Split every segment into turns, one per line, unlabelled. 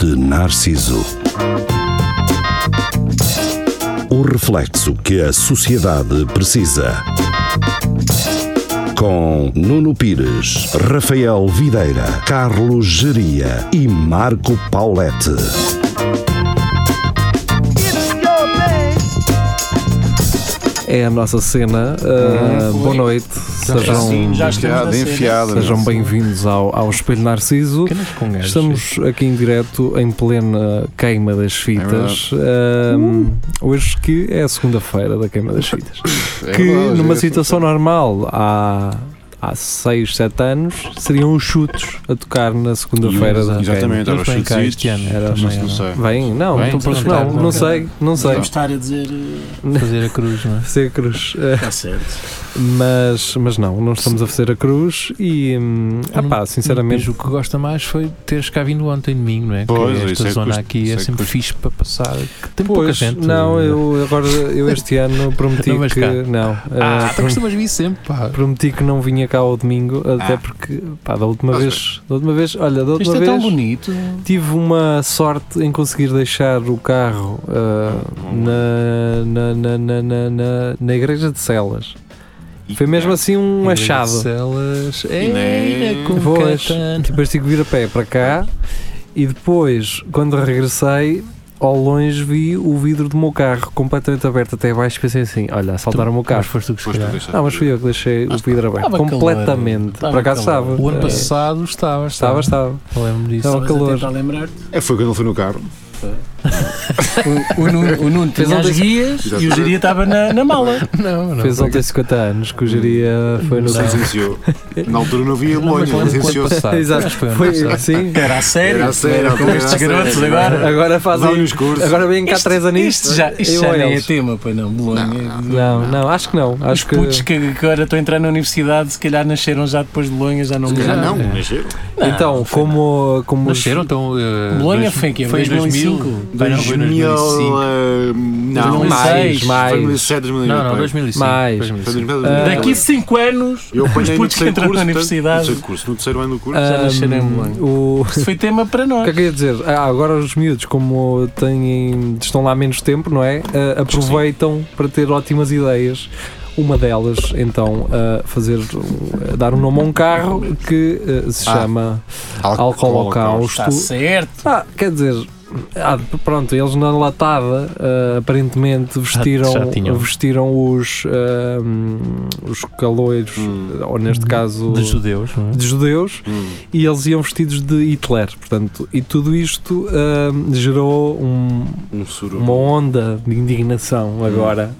de Narciso. O reflexo que a sociedade precisa. Com Nuno Pires, Rafael Videira, Carlos Geria e Marco Paulette.
É a nossa cena. Ah,
Uhum.
boa noite.
Então,
Sejam,
Enfiada, enfiada.
sejam bem-vindos ao, ao Espelho Narciso.
É
Estamos aqui em direto, em plena queima das
É
fitas.
Uh!
Ah, hoje que é a segunda-feira da queima das fitas.
É
que
verdade,
numa
é.
situação normal há há 6, 7 anos seriam os chutos a tocar na segunda-feira da
Exatamente, Então era
Eles
os
vêm cá
chutes.
este ano.
era
Mas não sei.
Vem, não, é?
Vem,
então,
não
não,
tá,
não,
não
sei, não sei.
Vamos estar a dizer. eh,
fazer a cruz, não é?
Ser cruz. eh,
Está certo.
Mas, mas não, não estamos a fazer a cruz e hum,
Eu
ah
não-
pá,
Mas
sinceramente.
o que gosta mais foi teres cá vindo ontem domingo, não é? Que
Pois, isso é
esta
que
zona
custa-
aqui
isso é
é
que
sempre
custa.
fixe para passar. Que tem pouca
Pois,
gente.
não, eu agora eu este ano prometi
Não vais
que
cá?
não,
Ah,
eh,
tu
prom-
costumas vir sempre, pá.
prometi que não vinha cá ao domingo, até
Ah.
porque pá, da última
Mas
vez, da última vez, olha,
Isto
da última
é tão
vez
bonito.
Tive uma sorte em conseguir deixar o carro ah, na, na, na, na, na, na, na igreja de Celas. Foi
é?
mesmo assim um achado.
Celas. É,
Né?
com
Pois.
catano.
Depois tive que vir a pé para cá e depois, quando regressei, ao longe vi o vidro do meu carro completamente aberto até baixo. Pensei assim: olha, assaltaram o meu
Mas
carro.
foste tu que se
Depois tu
calhar.
deixas.
Não, mas fui eu que deixei o vidro aberto
Estava calor.
completamente.
Estava
Para cá estava.
calor.
O ano
Eh,
passado estavas.
Estava, estava.
estava. Lembro disso.
Estava
Estavas
calor.
a tentar lembrar-te.
É, foi quando ele foi no carro.
O, o Nuno, o Nuno
Fez um
tinha as
ontem-
guias e o
Exatamente.
Jiria estava na, na mala.
Não, não.
Fez
foi-
ontem 50 anos que o geria foi no.
Não.
Licenciou. Na altura não havia
Não, mas
Bolonha,
lembro do ano
licenciou-se.
passado.
Exato,
Acho que foi o ano
foi,
passado.
sim.
Era a sério.
Era a sério,
Era com
era
estes
a sério.
garotos agora.
Agora fazem.
Dá-lhe os cursos.
Agora vêm cá três aninhos.
Isto já, isto
eu
já
a
nem é
eles.
tema, pois não. Bolonha.
Não, não, acho que não.
Os
Acho que
putos que que agora estão a entrar na universidade, se calhar nasceram já depois de Bolonha, já não
Se calhar
lembro.
Ah, não, nasceram.
então, como como os-
Nasceram, então. eh,
Bolonha
dois-
foi em quê?
Foi em 2000.
2005?
Vai, não, foi em
2000,
2005.
eh, Não,
2006.
mais, mais.
2007, 2008.
Não, não, 2005.
Mais.
2005.
Ah, Daqui 5 anos,
Eu apanhei
os
no
putos que
terceiro
entraram na
curso, portanto, No
universidade.
terceiro curso, no terceiro ano do curso.
Já
ahm,
nasceram em Belém.
um, o
Isto foi tema para
o que é
nós.
que eu ia dizer? Ah, agora os miúdos, como têm, estão lá menos tempo, não é? Ah, aproveitam para ter ótimas ideias. Uma delas, então, ah, fazer, um- dar um nome a um carro que ah, se
Ah.
chama Alcoholocausto.
Está Tá certo.
Ah, quer dizer, ah, pronto, eles na latada ah, aparentemente vestiram,
já tinham.
vestiram os, ah, hum, os caloiros,
Hum.
ou neste caso
De judeus, não é?
de judeus,
Hum.
e eles iam vestidos de Hitler, portanto, e tudo isto ah, gerou um-
Um suru.
uma onda de
Hum.
indignação agora.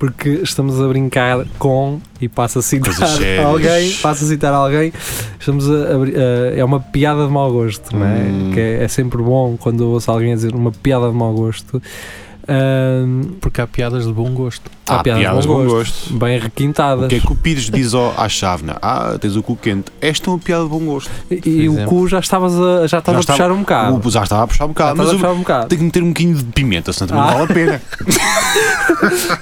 Porque estamos a brincar com, e passo a citar
Coisas sérias.
alguém, passo a citar alguém, estamos a, a brin- a- é uma piada de mau gosto, não é?
Hum.
Que é, é sempre bom quando ouço alguém a dizer uma piada de mau gosto. Ahm,
Porque há piadas de bom gosto.
há, piadas, de mau gosto, bem requintadas.
O que é que o Pires diz ao- à chávena? Ah, tens o cu quente. Esta é uma piada de bom gosto.
E
Por
o cu já estavas a, já estavas
Já
a puxar um bocado.
O já estava a puxar um
Já
bocado,
estavas
mas
a
eu
puxar um bocado.
tenho que meter um bocadinho de pimenta, senão também
Ah.
não vale a pena.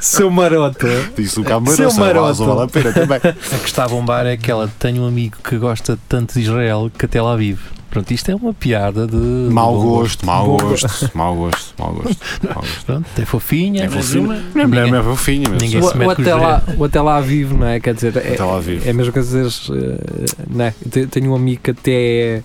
Seu maroto.
Disse o camarão,
Seu
só vale,
maroto.
só vale a pena também.
A que está a bombar é aquela tenho um amigo que gosta tanto de Israel que até lá vive. Pronto, isto é uma piada de. de
Mau
bom
gosto, mau
Bom
gosto, mau gosto, mau gosto. mau gosto.
Pronto, é fofinha.
É
mas
fofinha.
uma-
Não
ninguém-
é fofinho, mas
Ninguém
O,
se mete
o
com
até
os
lá, o até lá vivo, não é? Quer dizer, é,
Até lá vivo.
é a mesma coisa dizeres, eh, não é? Eu te- tenho um amigo que até é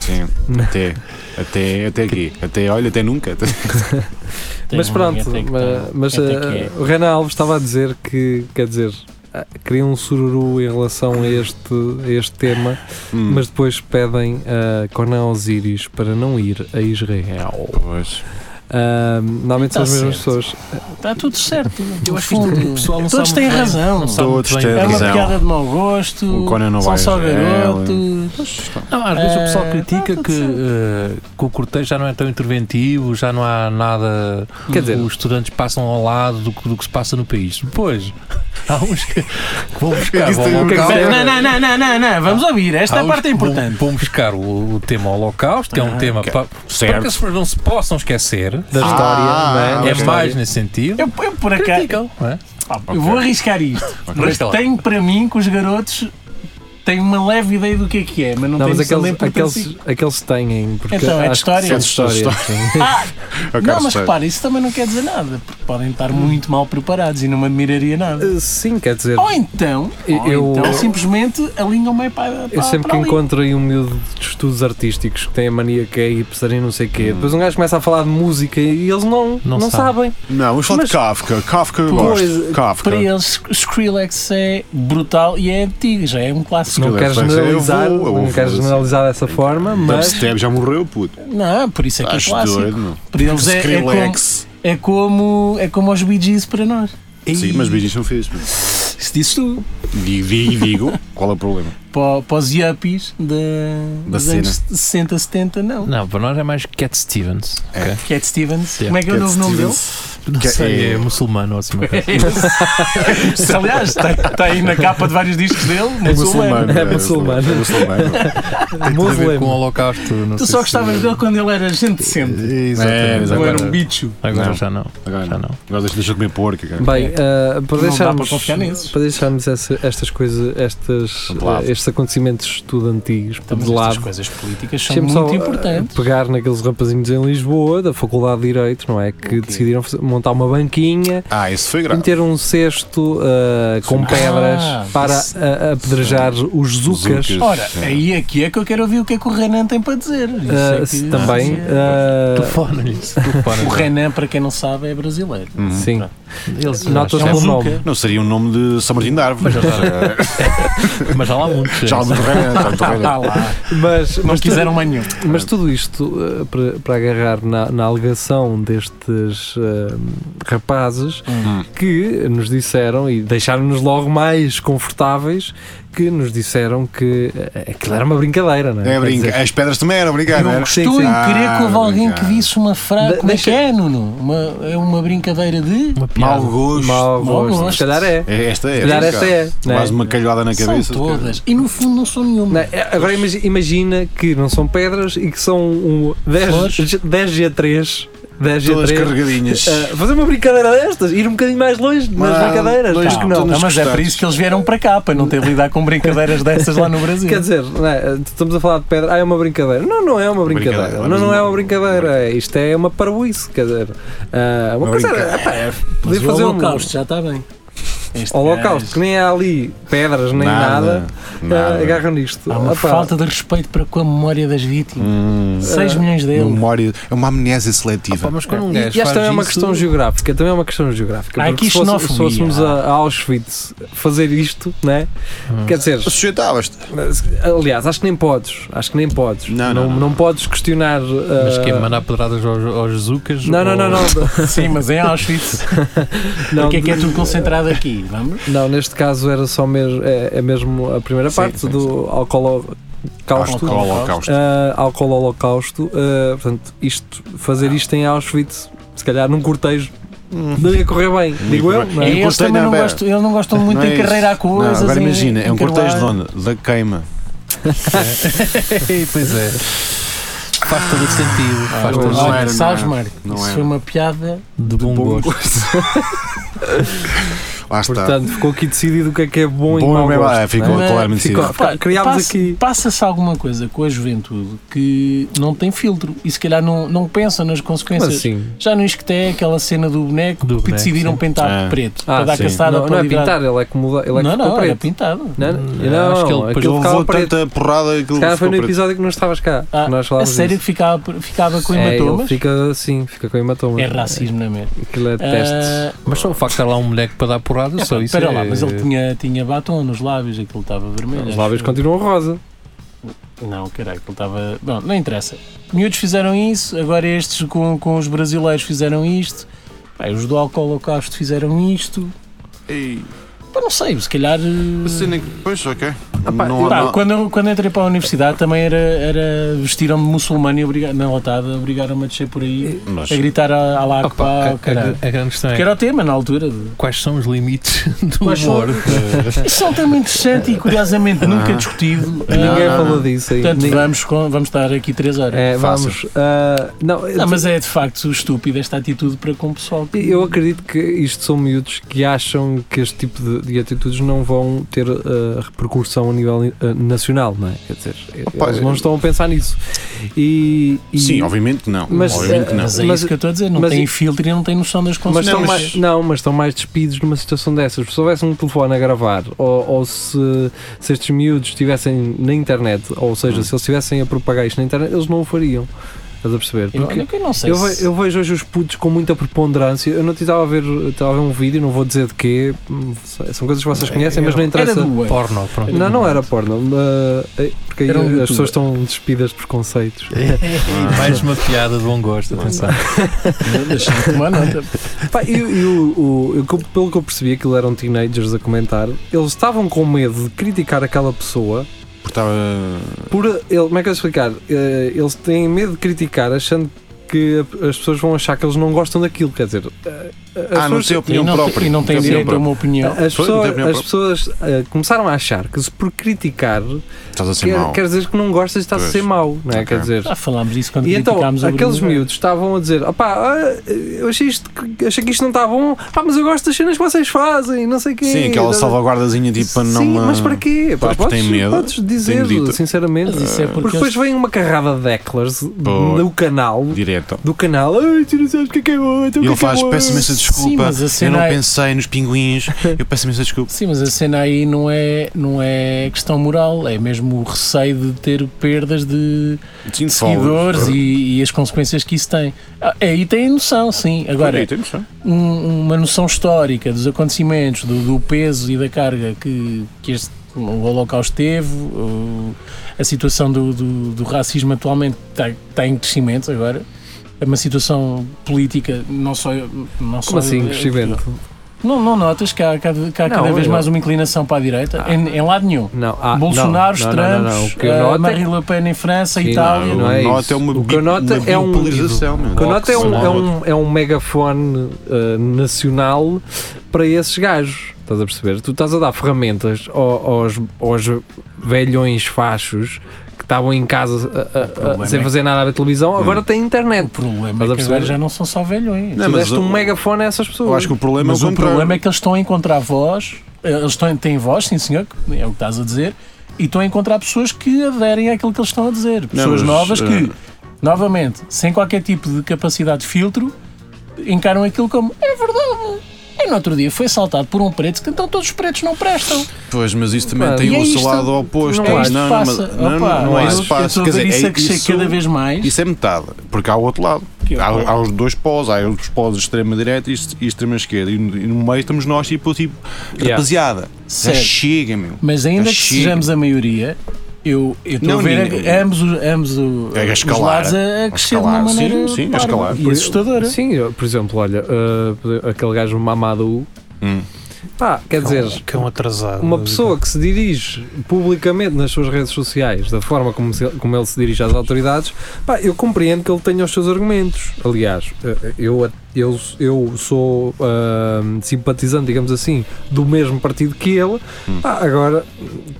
Sim, até, até, até aqui. Até, olha, até nunca. Até-
Mas
um
pronto,
tá-
ma- mas,
é.
eh, o Renan Alves estava a dizer que, quer dizer, ah, cria um sururu em relação a este, a este tema,
Hum.
mas depois pedem a Conan Osiris para não ir a
É,
Israel.
Pois.
Ah, normalmente são as
Está
mesmas pessoas.
Está Tá tudo certo.
Eu acho que isto- o pessoal não
Todos
sabe
têm
muito bem.
razão.
sabe muito
Todos
bem.
têm
É uma
razão.
piada de mau gosto.
O Conan não
São
vai
só
a Israel.
garotos.
Não, às vezes o pessoal
Eh,
critica
tá tudo
que, eh, que o cortejo já não é tão interventivo, já não há nada.
Quer dizer-
os estudantes passam ao lado do, que- do que se passa no país. Depois, há uns que que vão buscar.
Isso
vão
tem
ao
um
local-
bocado-
Não, não, não, não, não, não. Vamos ouvir. Esta é a
Há
parte
uns que
importante.
Vão, vão buscar o, o tema Holocausto, que é um tema
Ah, ok.
pa- para que as pessoas não se possam esquecer.
Da
Ah,
história, não é?
Ah,
Da
é
história.
mais nesse sentido.
Eu, eu por acaso.
Criticam, não é?
Eu vou arriscar isto. Mas
Arrisca lá.
tenho para mim que os garotos tem uma leve ideia do que é que é, mas não,
Não,
tem
mas
noção da
aqueles,
importância.
aqueles, aqueles têm, porque
Então, é de
acho que
história?
são de história. sim.
Ah,
Ok,
não, mas
sei.
repara, isso também não quer dizer nada, porque podem estar muito mal preparados e não me admiraria nada.
Uh, Sim, quer
Eh,
dizer,
Ou então,
Eu-
ou
eu-
então simplesmente alinham meio para, para
eu sempre que
para ali.
encontro aí um miúdo de estudos artísticos que tem a mania que é hipster e não sei o quê,
Hum.
depois um gajo começa a falar de música e eles não,
Não
não,
sabem.
sabem.
Não, vamos falar
Mas-
de Kafka. Kafka eu
Pois,
gosto. Kafka.
Para eles, Skrillex é brutal e é antigo, já é um clássico.
Não quero
Skrillex, eu vou-
generalizar,
eu vou
não quero
fazer-
generalizar dessa forma, mas
Dubstep já morreu, puto.
Não, por isso é que é
Acho
clássico.
doido, meu.
Para eles é, é, como,
Skrillex.
é, como, é como os Bee Gees para nós.
Sim, mas beijinhos são fixe. meu.
Isso disse tu.
Digo, digo, e digo. Qual é o problema?
Para, para os yuppies da,
Da
dos
cena.
anos 60, 70, não.
Não, para nós é mais Cat Stevens. ok?
Cat Stevens.
Yeah.
Como é que é o
Cat
novo nome dele?
Stevens.
Não
Que-
sei, é,
é-
muçulmano ou assim. uma coisa.
Aliás, está, está aí na capa de vários discos dele.
É
muçulmano.
muçulmano.
É muçulmano.
É muçulmano.
Tem tudo a ver com o
Muslim.
Holocausto. Não
Tu
sei
só
se- é.
gostavas dele quando ele era gente decente.
É,
Exatamente.
mas
Não
agora-
era um bicho.
Agora
Não.
já não.
Agora
Já
não.
não.
Agora deixa, deixa eu comer porco. cara.
Bem, uh, para,
Não dá para
deixarmos,
confiar nesses.
para deixarmos essa- estas coisas, estas,
De lado.
uh, estes acontecimentos de tudo antigos
Então, Mas
de
estas
lado,
coisas políticas são
Deixa-me
muito
só, uh,
importantes.
pegar naqueles rapazinhos em Lisboa, da Faculdade de Direito, não é? Que
Ok.
decidiram fazer- montar uma banquinha,
Ah, isso foi grave.
meter um cesto uh, com
Ah, é
pedras para
isso-
uh, apedrejar os zucas.
Zucas.
Ora, aí aqui é que eu quero ouvir o que é que o Renan tem para dizer. Isso é
uh,
que- é
se- também. uh,
Telefona-lhes.
O
Telefona-lhes.
Renan, para quem não sabe, é brasileiro.
Uhum.
sim,
Eles
notas
acham-
pelo
um
nome.
Não seria um nome de São Martin de Árvore.
Mas já Mas já lá há muitos.
Já há muito Renan, já há muito
Ah,
Renan.
lá.
Mas,
Não
mas tu-
quiseram mais nenhum.
Mas tudo isto uh, para, para agarrar na, na alegação destes uh, rapazes
Hum.
que nos disseram e deixaram-nos logo mais confortáveis que nos disseram que uh, aquilo era uma brincadeira, não é?
É brinca. As pedras também eram brincar,
Eu
não era?
gostei. Sim,
Estou
sim.
a querer que houve
Ah,
alguém que
obrigado.
visse uma frase.
De-
Como é que
deixa-
é, Nuno? Uma, é uma brincadeira de.
Uma piada.
Mau gosto.
Mal
Mau
gosto.
gosto.
Se calhar é.
É, Esta é.
Se calhar
sim,
esta
cara.
é. não é?
Mais uma calhada na cabeça.
né? são todas. E no fundo não são nenhuma.
Não, é, Agora imagi- imagina que não são pedras e que são um 10,
Flores.
10 G3. 10
cara. Todas
G3.
carregadinhas.
Ah,
uh, fazer uma brincadeira destas, ir um bocadinho mais longe nas
Não,
brincadeiras,
dois-
porque não? tá,
Não, mas é
gostantes.
por isso que eles vieram para cá, para não ter de lidar com brincadeiras dessas lá no Brasil.
Quer dizer, não é? estamos a falar de pedra, ah, é uma brincadeira. Não, não é uma brincadeira.
Brincadeira,
Não, não é uma
mas-
brincadeira. Isto é uma parboice, quer dizer. ah, uma
Uma
coisa era,
brincadeira.
epá, é
Mas
poder fazer
o
um
Holocausto já está bem. Este
holocausto,
gajo-
que nem há ali pedras nem nada, ah,
Nada.
agarram nisto.
Há uma
Ah, pá,
falta de respeito para com a memória das vítimas.
Hum.
6
Ah,
milhões deles.
Memória. É uma amnésia
Pá,
seletiva.
mas quando um
E,
gajo
e esta também é uma
faz isso-
questão geográfica, também é uma questão geográfica.
Há
porque
aqui
se fosse- se
xenofobia.
fôssemos a, a Auschwitz fazer isto, né?
Hum.
Quer dizer,
Sujeitavas-te.
aliás, acho que nem podes, acho que nem podes.
Não, não, não.
podes questionar.
Mas
ah,
quem mandar pedradas aos, aos Zucas?
não, não,
ou-
não, não,
Sim, mas em Auschwitz.
não,
O que é que é tudo concentrado aqui? Vamos?
Não, neste caso era só mesmo, é, é mesmo a primeira
Sim,
parte
sim,
do alcoholocausto.
Holocausto.
Álcool.
Holocausto.
ah, álcool holocausto. ah, portanto, isto, fazer
Ah.
isto em Auschwitz, se calhar num cortejo, não ia correr bem,
Hum. Não ia
digo eu.
correr bem.
não
É,
é?
Eu
eles
gostei,
também
não,
não
pera.
gostam, eles não gostam muito
um Não é
em
isso.
carreira a coisas.
Não, agora
em-
imagina, é um
em
cortejo de
carruagem.
onde? Da queima.
Ei, pois é. Faz todo o sentido.
Ah,
Faz todo o
Não
Olha,
é
era, não
sabes,
era.
Marco?
Não é.
Isso
era.
foi uma piada.
sentido. De bom
Bom
gosto.
Lá está.
Portanto, ficou aqui decidido o que é que é bom, e
Bom
mau
é mau,
gosto,
é, ficou
não
Mas-
claramente
Ficou-
decidido.
Pá,
Criámos
passa-
aqui-
Passa-se alguma coisa com a juventude que não tem filtro e se calhar não, não pensam nas
Mas
consequências.
assim,
Já no Isqueté, aquela cena do boneco
Do
que
boneco,
decidiram
sim.
pintar de
Ah.
preto
ah,
para dar
sim.
caçada
não,
para
não é
livrar-
pintar, ele é que muda, ele é que
não, é
ficou
não, era
preto.
pintado.
Não,
Não,
não, não,
acho que ele
aquilo
Ele
ficava
levou
preto.
tanta porrada que
Se
ele
calhar foi no
ficou preto.
episódio que não estavas cá.
Ah,
que nós
a
falámos
sério que
disso.
ficava, ficava com
é, ele
hematomas?
fica assim, fica com hematomas.
É racismo na mesma.
Aquilo é testes.
Ah,
Mas só o facto de estar lá um boneco para dar porrada,
é,
só
pá,
isso
Espera
é...
lá, mas ele tinha, tinha batom nos lábios, aquilo estava vermelho.
Os
acho
lábios
eu.
continuam rosa.
Não, caralho, ele estava. Bom, não interessa. Miúdos fizeram isso, agora estes com, com os brasileiros fizeram isto, pá, os do Alcool Holocausto fizeram isto.
Ei,
Pá, não sei, se calhar. eh,
a cena é que- Pois, ok.
pá,
Não há-
pá,
não-
quando, eu, quando entrei para a universidade também era, era vestiram-me muçulmano e obriga- na lotada obrigaram-me a descer por aí
Mas-
a gritar a, a lá
Opa, a-
pá,
a-
caralho.
a, grande questão é
Que era o tema na altura. de-
quais são os limites do
Quais são-
humor.
Isso é um tema interessante e curiosamente nunca discutido. Ah,
Ninguém
não,
falou
não.
disso aí.
Portanto,
Ninguém-
vamos, com- vamos estar aqui três horas.
É,
Fácil.
vamos. ah, não,
Não, mas é de facto estúpida esta atitude para com o pessoal. que-
Eu acredito que isto são miúdos que acham que este tipo de, de atitudes não vão ter ah, repercussão a nível eh, nacional, não é? Quer dizer,
Opa,
eles
eu-
não estão a pensar nisso. E, e-
Sim, obviamente que não.
Mas,
obviamente que não.
Mas é
Mas-
isso que eu estou a dizer, não
mas-
tem filtro e não tem noção das
mas
consequências.
estão mais, não, mas estão mais despidos numa situação dessas. Se houvesse um telefone a gravar, ou, ou se, se estes miúdos estivessem na internet, ou seja,
Hum.
se eles estivessem a propagar isto na internet, eles não o fariam. Estás a perceber?
Eu,
Porque-
olha que eu não sei
Eu,
se-
ve- eu vejo hoje os putos com muita preponderância. Eu não te estava a ver, estava a ver um vídeo, não vou dizer de quê, hum, são coisas que vocês conhecem, mas não é
Era
interessa.
do Wave.
Porno, pronto.
Não,
é.
não era porno, ah, eh, porque aí
Era um
as
youtuber.
pessoas estão despidas de preconceitos.
Mais uma piada de bom gosto, atenção.
Deixa-me tomar nota.
Pá, e o- e o- o- eu co- pelo que eu percebi, aquilo eram teenagers a comentar, eles estavam com medo de criticar aquela pessoa
Porque estava.
por. Ele, como é que eu vou explicar? Eh, eles têm medo de criticar achando que a- as pessoas vão achar que eles não gostam daquilo, quer dizer. eh, as
Ah, não
pessoas-
tem opinião
e não,
própria.
E não tem
opinião
direito a
própria.
uma opinião.
As
Foi, não
pessoas,
tem opinião
as pessoas, eh, começaram a achar que se por criticar
Estás a ser
quer,
mau.
quer dizer que não gostas e está a
Pois.
ser mau, não é?
Ok.
Quer dizer.
Já falámos disso quando
E então,
Ah, criticámos o
aqueles
Bruno. é.
miúdos estavam a dizer: opá, ah, eu achei, isto, que- achei que isto não está bom, pá, mas eu gosto das cenas que vocês fazem, não sei o quê.
Sim, aquela
Tá-
salvaguardazinha tipo para não.
Sim,
ah,
mas para quê? Pá,
Pois, porque
podes,
tem medo,
podes dizer,
tem dito.
sinceramente.
Mas isso é porque,
Porque depois
eles-
vem uma carrada de declars
Pois.
do canal.
Direto.
Do canal, ai, tu não sabes o que é que é bom, então o
E
que
ele
é que é
faz,
bom?"
peço imensa
Sim,
desculpa,
mas a
eu
cena
não
é-
pensei nos pinguins, eu peço imensa desculpa.
Sim, mas a cena aí não é, não é questão moral, é mesmo o receio de ter perdas de
Sim,
seguidores e, e as consequências que isso tem. Ah, Aí tem noção, sim. Agora, um- uma noção histórica dos acontecimentos, do, do peso e da carga que, que este, o Holocausto teve, o- a situação do, do, do racismo atualmente está, está em crescimento agora. É uma situação política, não só. Não só
Como assim, crescimento?
Não, não notas que há, cada- que há
Não,
cada vez
eu-
mais uma inclinação para a direita?
Ah.
Em, em lado nenhum.
Não, ah, não,
Bolsonaro,
não, não, não,
Trump,
não, o que eu
eh,
noto é-
Marine Le Pen em França,
Sim,
Itália.
não
o
é isso.
Nota é uma,
O que eu
bi-
noto
uma
é um-
bipolarização, meu.
O que eu noto é um,
Boxe,
é um, é um megafone eh, nacional para esses gajos. Estás a perceber? Tu estás a dar ferramentas ao- aos, aos velhões fachos que estavam em casa a- a- a-
problema
sem
é-
fazer nada a ver televisão,
Hum.
agora têm
O
internet.
problema
Estás
é
a
que
perceber?
agora já não são só velhões.
Não,
tu
é, mas
deste
eu-
um megafone a essas pessoas.
Eu acho que o problema
Mas
é o,
o problema é que eles estão a encontrar voz, eh, eles estão, têm voz, sim senhor, que é o que estás a dizer, e estão a encontrar pessoas que aderem àquilo que eles estão a dizer. Pessoas
mas,
novas
eh,
que, novamente, sem qualquer tipo de capacidade de filtro, encaram aquilo como é verdade. E no outro dia foi assaltado por um preto, que então todos os pretos não prestam.
Pois, mas isso também
Pá,
tem
e é
o
isto-
seu lado oposto.
não é
mas
isto que
não, não, mas-
passa.
não, não,
Opa,
não é
eu-
isso que
eu
passa.
estou
Quer
a ver
dizer,
isso
é
a crescer
isso-
cada vez mais.
Isso é metade, porque há o outro lado. Há, há os dois polos, há os polos de extrema-direita e, est- e extrema-esquerda. E, no- e no meio estamos nós, tipo, tipo
Yeah.
rapaziada, já
Certo.
chega, meu.
Mas ainda
Mas
que
chega.
sejamos a maioria, eu eu estou
Não,
a ver
ninguém-
a- ambos, os- ambos o-
É a
os
escalar,
lados a,
a
a crescer
escalar,
de uma
sim,
maneira
sim, a
parva
escalar.
e assustadora.
Sim, eu, por exemplo, olha, eh, aquele gajo Mamadou.
Hum.
Pá, quer dizer,
Que é um atrasado.
Uma pessoa que se dirige publicamente nas suas redes sociais, da forma como, se- como ele se dirige às autoridades, pá, eu compreendo que ele tenha os seus argumentos. Aliás, eh, eu, eu, eu sou ahm, simpatizante, digamos assim, do mesmo partido que ele. Pá, agora,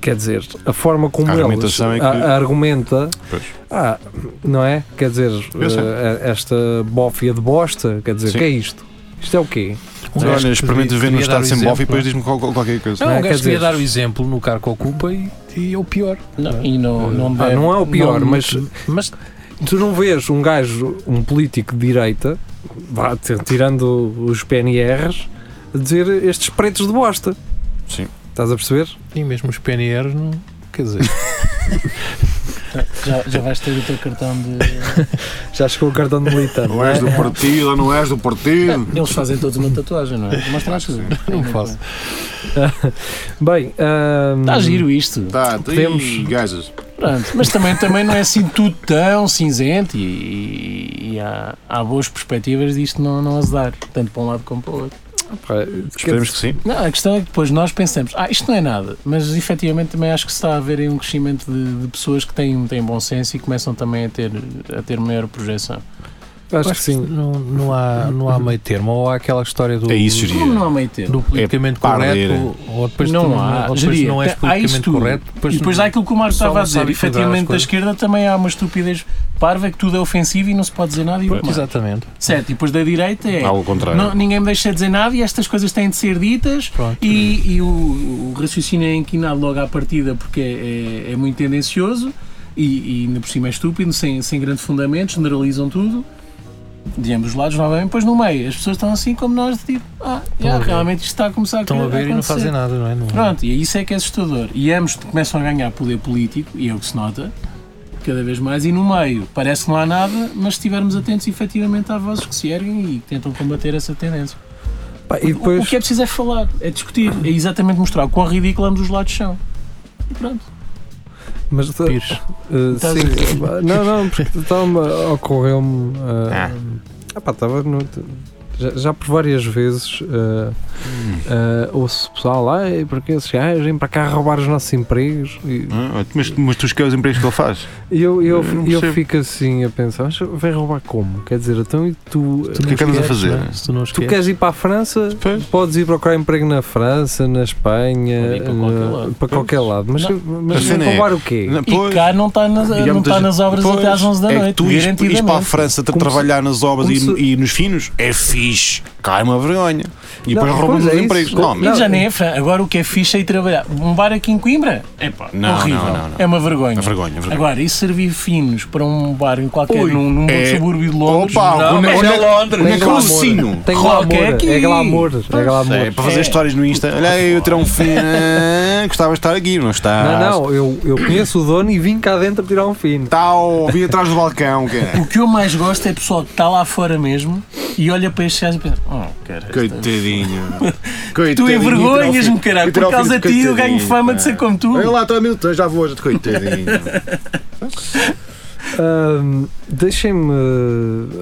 quer dizer, a forma como
Hum. A
ele
argumentação é que-
a- argumenta,
Pois.
ah, não é? Quer dizer,
sei.
eh, esta bófia de bosta, quer dizer, o
Sim.
que é isto? Isto é o quê?
Um gajo
Olha,
que
experimenta
devia-
ver
devia
no
dar
estado
o
sem
exemplo,
bofe e
não
depois
é?
diz-me qual- qual- qualquer coisa.
Não,
Não é?
um gajo
Quer
que devia
dizer-
dar o exemplo no cargo que ocupa e, e é o pior.
Não, e não, não,
Ah,
deve-
não é o pior, mas
Mas
Tu não vês um gajo, um político de direita, vá, t- tirando os PNRs, a dizer estes pretos de bosta.
Sim.
Estás a perceber?
e mesmo os PNR não. Quer dizer,
Já, já vais ter o teu cartão de.
Já chegou o cartão de militante. não é?
do partido ou não és do partido?
Eles fazem todos uma tatuagem, não é? Mostra as coisas.
não faço.
Bem, ahm,
Está giro isto.
Tá,
Podemos-
gajas.
Pronto. Mas também, também não é assim tudo tão cinzento e, e- e há, há boas perspectivas disto não, não azedar, tanto para um lado como para o outro.
pá,
Esperemos que sim.
Não, a questão é que depois nós pensamos, ah, isto não é nada, mas efetivamente também acho que se está a haver aí um crescimento de, de pessoas que têm, têm bom senso e começam também a ter, a ter maior projeção.
Acho que sim.
Não, não, há, não há meio termo. Ou há aquela história do,
É isso, É Jeria.
Como não há meio termo?
do politicamente
pardeira.
correto, ou depois
Não
tu,
há,
ou depois
Jeria,
não és
tem- há isso
politicamente
tudo.
correto.
E depois
não-
há aquilo que o Mário
só
estava a
não
dizer,
sabe equilibrar as
efetivamente da
coisas.
esquerda também há uma estupidez parva que tudo é ofensivo e não se pode dizer nada e
Pois,
pouco mais.
Exatamente.
Certo, e depois da direita é
Ao contrário.
não- ninguém me deixa dizer nada e estas coisas têm de ser ditas
Pronto.
e, e o, o raciocínio é inquinado logo à partida porque é, é- é muito tendencioso e, e ainda por cima é estúpido, sem, sem grande fundamento, generalizam tudo de ambos os lados, novamente, pois no meio as pessoas estão assim como nós, tipo, ah,
Estão
já,
a ver.
realmente isto está a começar a
Estão a ver e não
acontecer.
fazem nada, não é? Não-
Pronto, e isso é que é assustador. E ambos começam a ganhar poder político, e é o que se nota, cada vez mais, e no meio parece que não há nada, mas se estivermos atentos efetivamente há vozes que se erguem e que tentam combater essa tendência.
Pá, e
O-
depois,
O que é preciso é falar, é discutir, é exatamente mostrar o quão ridículo ambos os lados são. E pronto. é
mas, uh,
Pires.
uh,
Estás-
sim, pá, não, não, porque estava-me- ocorreu-me. uh, ah, pá, estava no- já, já por várias vezes uh,
Hum.
uh, ouço pessoal lá, e porque esses gajos vêm para cá roubar os nossos empregos. E
Ah, mas, mas tu escolhes os empregos que ele faz?
e eu, eu,
Não
eu,
percebo.
fico assim a pensar, mas vem roubar como? Quer dizer, então e tu.
Tu não
que é que andas a
esqueces,
fazer?
não é? Se tu não
Tu
esqueces.
queres ir para a França?
Pois.
Podes ir procurar emprego na França, na Espanha,
Pode ir para qualquer
na-
lado.
para qualquer lado. Mas,
A
mas
cena é-
roubar o quê?
Não,
E
pois.
cá não está nas,
E há
não
muita
está
gente-
nas obras
Pois,
até às 11 da
é que
noite,
tu ires- ires para a
garantidamente.
França tra
Como se-
trabalhar nas obras e,
como se-
e nos finos é fixe. Cá é uma vergonha. E
Não,
depois
pois
roubamos
é
os
isso.
empregos.
Não,
Não,
E
mas-
já nem é fã. Agora o que é fixe é ir trabalhar. Um bar aqui em Coimbra? É pá,
Não,
horrível.
não, não, não.
É uma vergonha.
é vergonha, é vergonha.
Agora, e servir finos para um bar em qualquer,
Ui,
num, num
é-
subúrbio de Londres?
Opa,
não,
onde-
mas
onde-
é Londres.
onde é que
glamour.
ursinho.
Tem
Rock
glamour,
é aqui.
é glamour, é glamour.
É, para fazer
É.
histórias no Insta. Olha aí, eu tirar um fim. Ah, Gostava de estar aqui, não está?
Não, não, eu, eu conheço o dono e vim cá dentro tirar um fino.
Tal, vim atrás do balcão, cara.
O que eu mais gosto é pessoal que está lá fora mesmo e olha para estes gajos e pensa: Oh, cara,
Coitadinho.
tu
Coitadinho,
envergonhas-me, caralho. Por causa de ti eu ganho fama de ser como tu.
Olha lá, estou a minuto, já vou hoje, coitadinho.
Ahm, Deixem-me,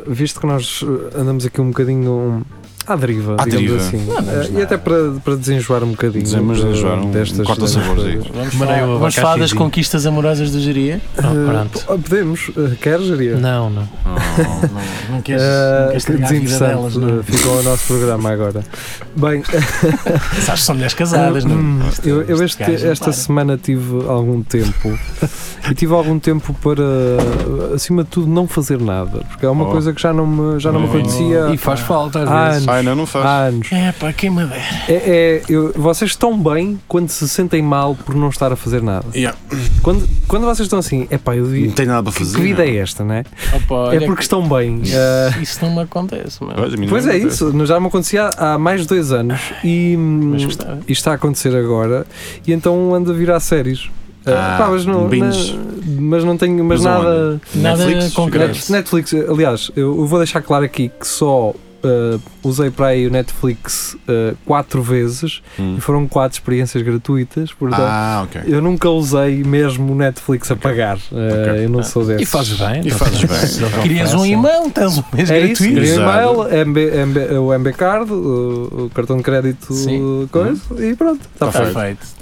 visto que nós eh, andamos aqui um bocadinho um, à deriva,
À
digamos
deriva.
assim, Eh, e até para, para desenjoar um bocadinho
Mas
de-
já um
destas
corta
destas
sabores aí.
coisas.
Vamos
Mandei
falar,
um
vamos falar das
abacaxizinho.
conquistas amorosas do Jeria.
Ah,
Eh,
pronto.
p- podemos, eh, quer gerir?
Não, não.
Não, não queres, não
Eh,
queres
que
estragar a vida
desinteressante
delas, não? é?
eh, ficou o nosso programa agora. Bem,
Sabes, que são mulheres casadas,
Hum,
não? é? Isto-
Eu, eu
este
este-
gajo não
esta
para.
semana tive algum tempo e tive algum tempo para, acima de tudo, não fazer nada, porque é uma
Oh.
coisa que já não me, já não me
Oh.
acontecia
E faz falta às
Ah,
vezes.
Ai, não, não faz.
há anos.
É pá, quem me dera.
É, é- eu- vocês estão bem quando se sentem mal por não estar a fazer nada.
Yeah.
Quando, quando vocês estão assim, é pá, eu
Não
devia.
tenho nada para fazer. né?
Que vida
não.
é esta, não é?
Opa,
É
olha
porque estão bem.
que
Ah,
Isso não me acontece, mano.
Pois, a mim
pois
não
é,
me
isso, já me acontecia há há mais de dois anos e. hum,
Mas gostava.
isto está a acontecer agora e então ando a virar séries.
Ah,
pá, mas, não,
binge.
na- mas não tenho mas
Mas
nada.
Nada
Netflix,
concreto.
Netflix.
Netflix, aliás, eu eu vou deixar claro aqui que só ah, usei para aí o Netflix ah, quatro vezes
Hum.
e foram quatro experiências gratuitas, portanto.
Ah, ok.
Eu nunca usei mesmo o Netflix a pagar. Ah, Eu não sou desse.
E fazes bem.
E
não
fazes
tens-
bem.
se eles
Crias um
oferecem.
e-mail, tens um mês
É isso,
gratuito.
criei um
Exato.
e-mail, MB, MB, o MB Card, o, o cartão de crédito,
Sim.
coisa, e pronto, está
Tá
feito.
Está feito.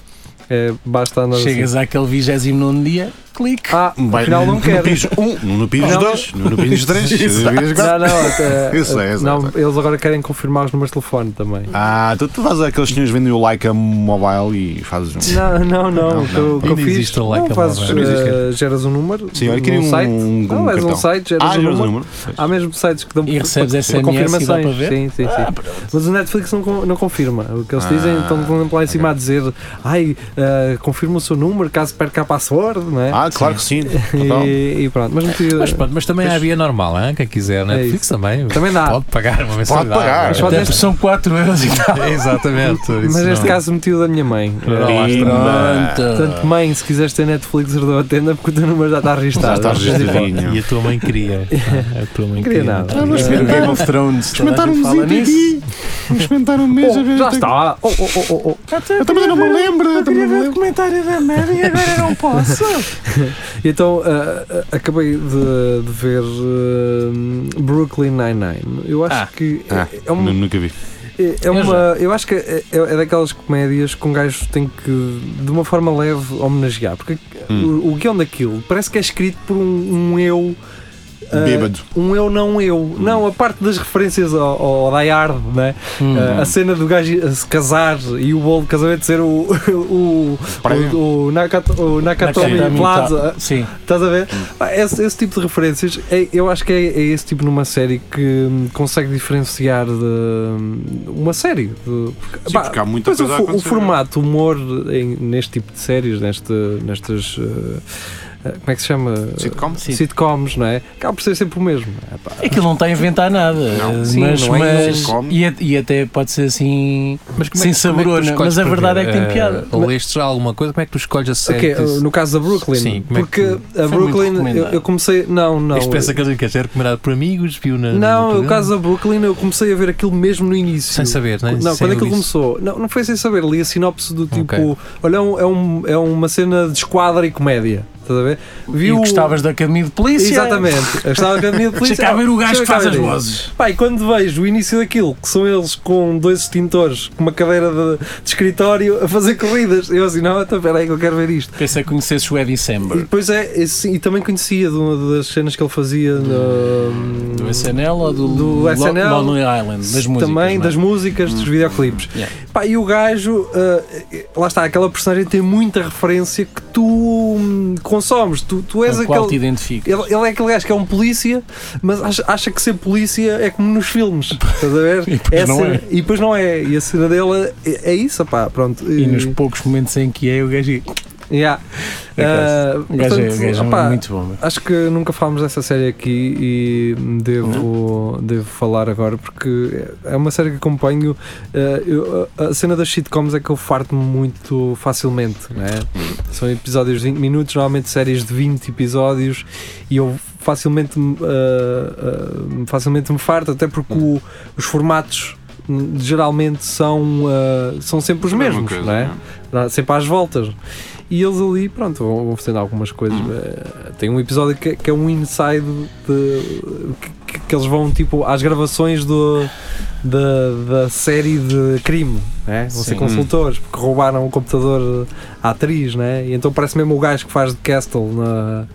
É, basta andar assim.
Chegas àquele 29 dia, clique.
Ah,
Vai-
afinal não quero.
No piso 1, no piso
Não.
2, no piso 3.
Não, não, até,
Eu sei, eu sei,
não,
eu
eles agora querem confirmar os números de telefone também.
Ah, tu, tu vais àqueles senhores vendem o like a mobile e fazes um.
Não, não, não,
Não,
o que eu-
não.
o que eu
Ainda
fiz.
existe o like
não,
a
fazes,
mobile.
eh, geras um número
Sim, olha, queria
num
um-
site.
um
não, és um
cartão.
site, geras
Ah,
um
já usas o
número.
número.
Há mesmo sites que dão
E recebes
para-
SMS e dá
confirmações.
para ver?
Sim, sim, sim. Mas o Netflix não, con- não confirma. O que eles
Ah,
dizem, estão lá em cima a dizer ai, eh, confirma o seu número caso perca a password, não é?
Ah, claro que sim. Total.
e, e pronto, mas meti-
Mas pronto, mas também há a via normal, hein? quem quiser, Netflix
isso.
também.
Também dá.
Pode pagar uma mensalidade.
pagar.
Até-
Mas
Até porque são 4 euros e tal.
Exatamente.
mas
isso
neste
não-
caso meti o da minha mãe. Eh,
Não, lá está.
Portanto, mãe, se quiseres ter Netflix, herdou a tenda porque o teu número já está
Já
registado.
está registadinho.
E a tua mãe queria. Ah, A tua mãe
Não queria nada. Ah, mas
ver o Game of Thrones. Experimentaram um fala nisso.
Experimentaram um mês a ver.
Já está. Oh, oh, oh, oh, oh.
Eu também não me lembro. eu também não me lembro.
comentário da merda e agora não posso.
E Então, ah, ah, acabei de, de ver ah, Brooklyn Nine-Nine. Eu acho
Ah.
que é-
Ah,
é, um-
nu- Nunca vi.
é- é
Eu
uma. Eu acho que é, é daquelas comédias que um gajo tem que, de uma forma leve, homenagear. Porque
Hum.
o, o guião daquilo parece que é escrito por um, um eu ah,
Bêbado.
um eu não eu. Não, a parte das referências ao, ao Die Hard, né?
Uhum.
é
Ah, a cena do gajo se casar e o bolo de casamento ser o, o,
Prémio.
o, o, Nakato- o Nakatomi
Nakatomi
Uhum.
Plaza.
é? Sim.
Estás a ver? Pá, Esse, esse tipo de referências, é- eu acho que é, é esse tipo numa série que hum, consegue diferenciar de hum, uma série. de- porque,
Sim,
pá,
porque há muita
depois o,
coisa a
fo- o
acontecer. é?
formato, o humor em- neste tipo de séries, neste, nestas. eh, eh, como é que se chama?
Sitcom?
Sim.
Sitcoms, não é? Acaba por ser sempre o mesmo. É, pá,
Aquilo não está a inventar nada.
Não.
Sim,
mas,
não é
mas-
como.
e, a- e até pode ser assim.
Mas como
Sem
é, que- como é que tu
saborona,
escolhes
mas a
para
verdade
ver?
é que tem
Eh,
piada.
ou leste já alguma coisa, como é que tu escolhes a série?
ok,
que
eh,
dizes?
no caso da Brooklyn,
Sim, como é que
porque a
Foi muito
Brooklyn, eu,
recomendado.
eu comecei. Não, não.
Este pensa que ele quer ser recomendado por amigos, viu
é
na.
Não,
no
o caso da Brooklyn, eu comecei a ver aquilo mesmo no início.
Sem saber, né?
Não,
Sem
quando é que ele
ouvir.
começou? Não, não foi sem saber, li a sinopse do tipo:
Ok.
olha, é um- é, um- é uma cena de esquadra e comédia. Estás a ver?
E
Viu
gostavas da Academia de Polícia?
Exatamente, eu gostava da academia de polícia.
Deixa cá ver o gajo
Deixa
que
cá
faz
ver
as
isso.
vozes.
Pá, e quando vejo o início daquilo, que são eles com dois extintores, com uma cadeira de, de escritório, a fazer corridas, eu assim, não, então peraí que eu quero ver isto.
Pensei é que conhecesses o Eddie
E
Samberg.
depois é, e, sim, e também conhecia de uma das cenas que ele fazia no,
Do SNL ou do,
Do
Lo-
SNL?
Lonely Island? Hum, Das músicas.
também
não é?
das músicas, dos videoclipes.
Yeah.
Pá, e o gajo, eh, lá está, aquela personagem tem muita referência que tu hum, consomes, tu, tu és
é? Com qual te
aquele.
identificas?
Ele, ele é aquele gajo que é um polícia, mas acha, acha que ser polícia é como nos filmes, estás a ver?
E depois
a
não
cena-
é.
E depois não é. E a cena dele é, é isso, pá, pronto.
E nos poucos momentos em que é, o gajo é-
yeah. Ah,
O gajo é- o
portanto,
gajo é
opá,
muito bom. meu.
Acho que nunca falámos dessa série aqui e devo, devo falar agora porque é uma série que acompanho. eh, eu- a a cena das sitcoms é que eu farto-me muito facilmente. Né? São episódios de 20 minutos, normalmente séries de 20 episódios e eu facilmente, me, eh, eh, facilmente me farto, até porque o- os formatos hum, geralmente são, eh, são sempre os
Mesma
mesmos,
coisa,
não é?
não é?
Dá sempre às voltas. E eles ali, pronto, vão, vão fazendo algumas coisas.
Hum.
Eh, Tem um episódio que, que é um inside de, que, que eles vão tipo às gravações do, da, da série de crime, né? vão ser
Sim.
consultores, porque roubaram o computador à atriz, né? e então parece mesmo o gajo que faz de Castle na. na-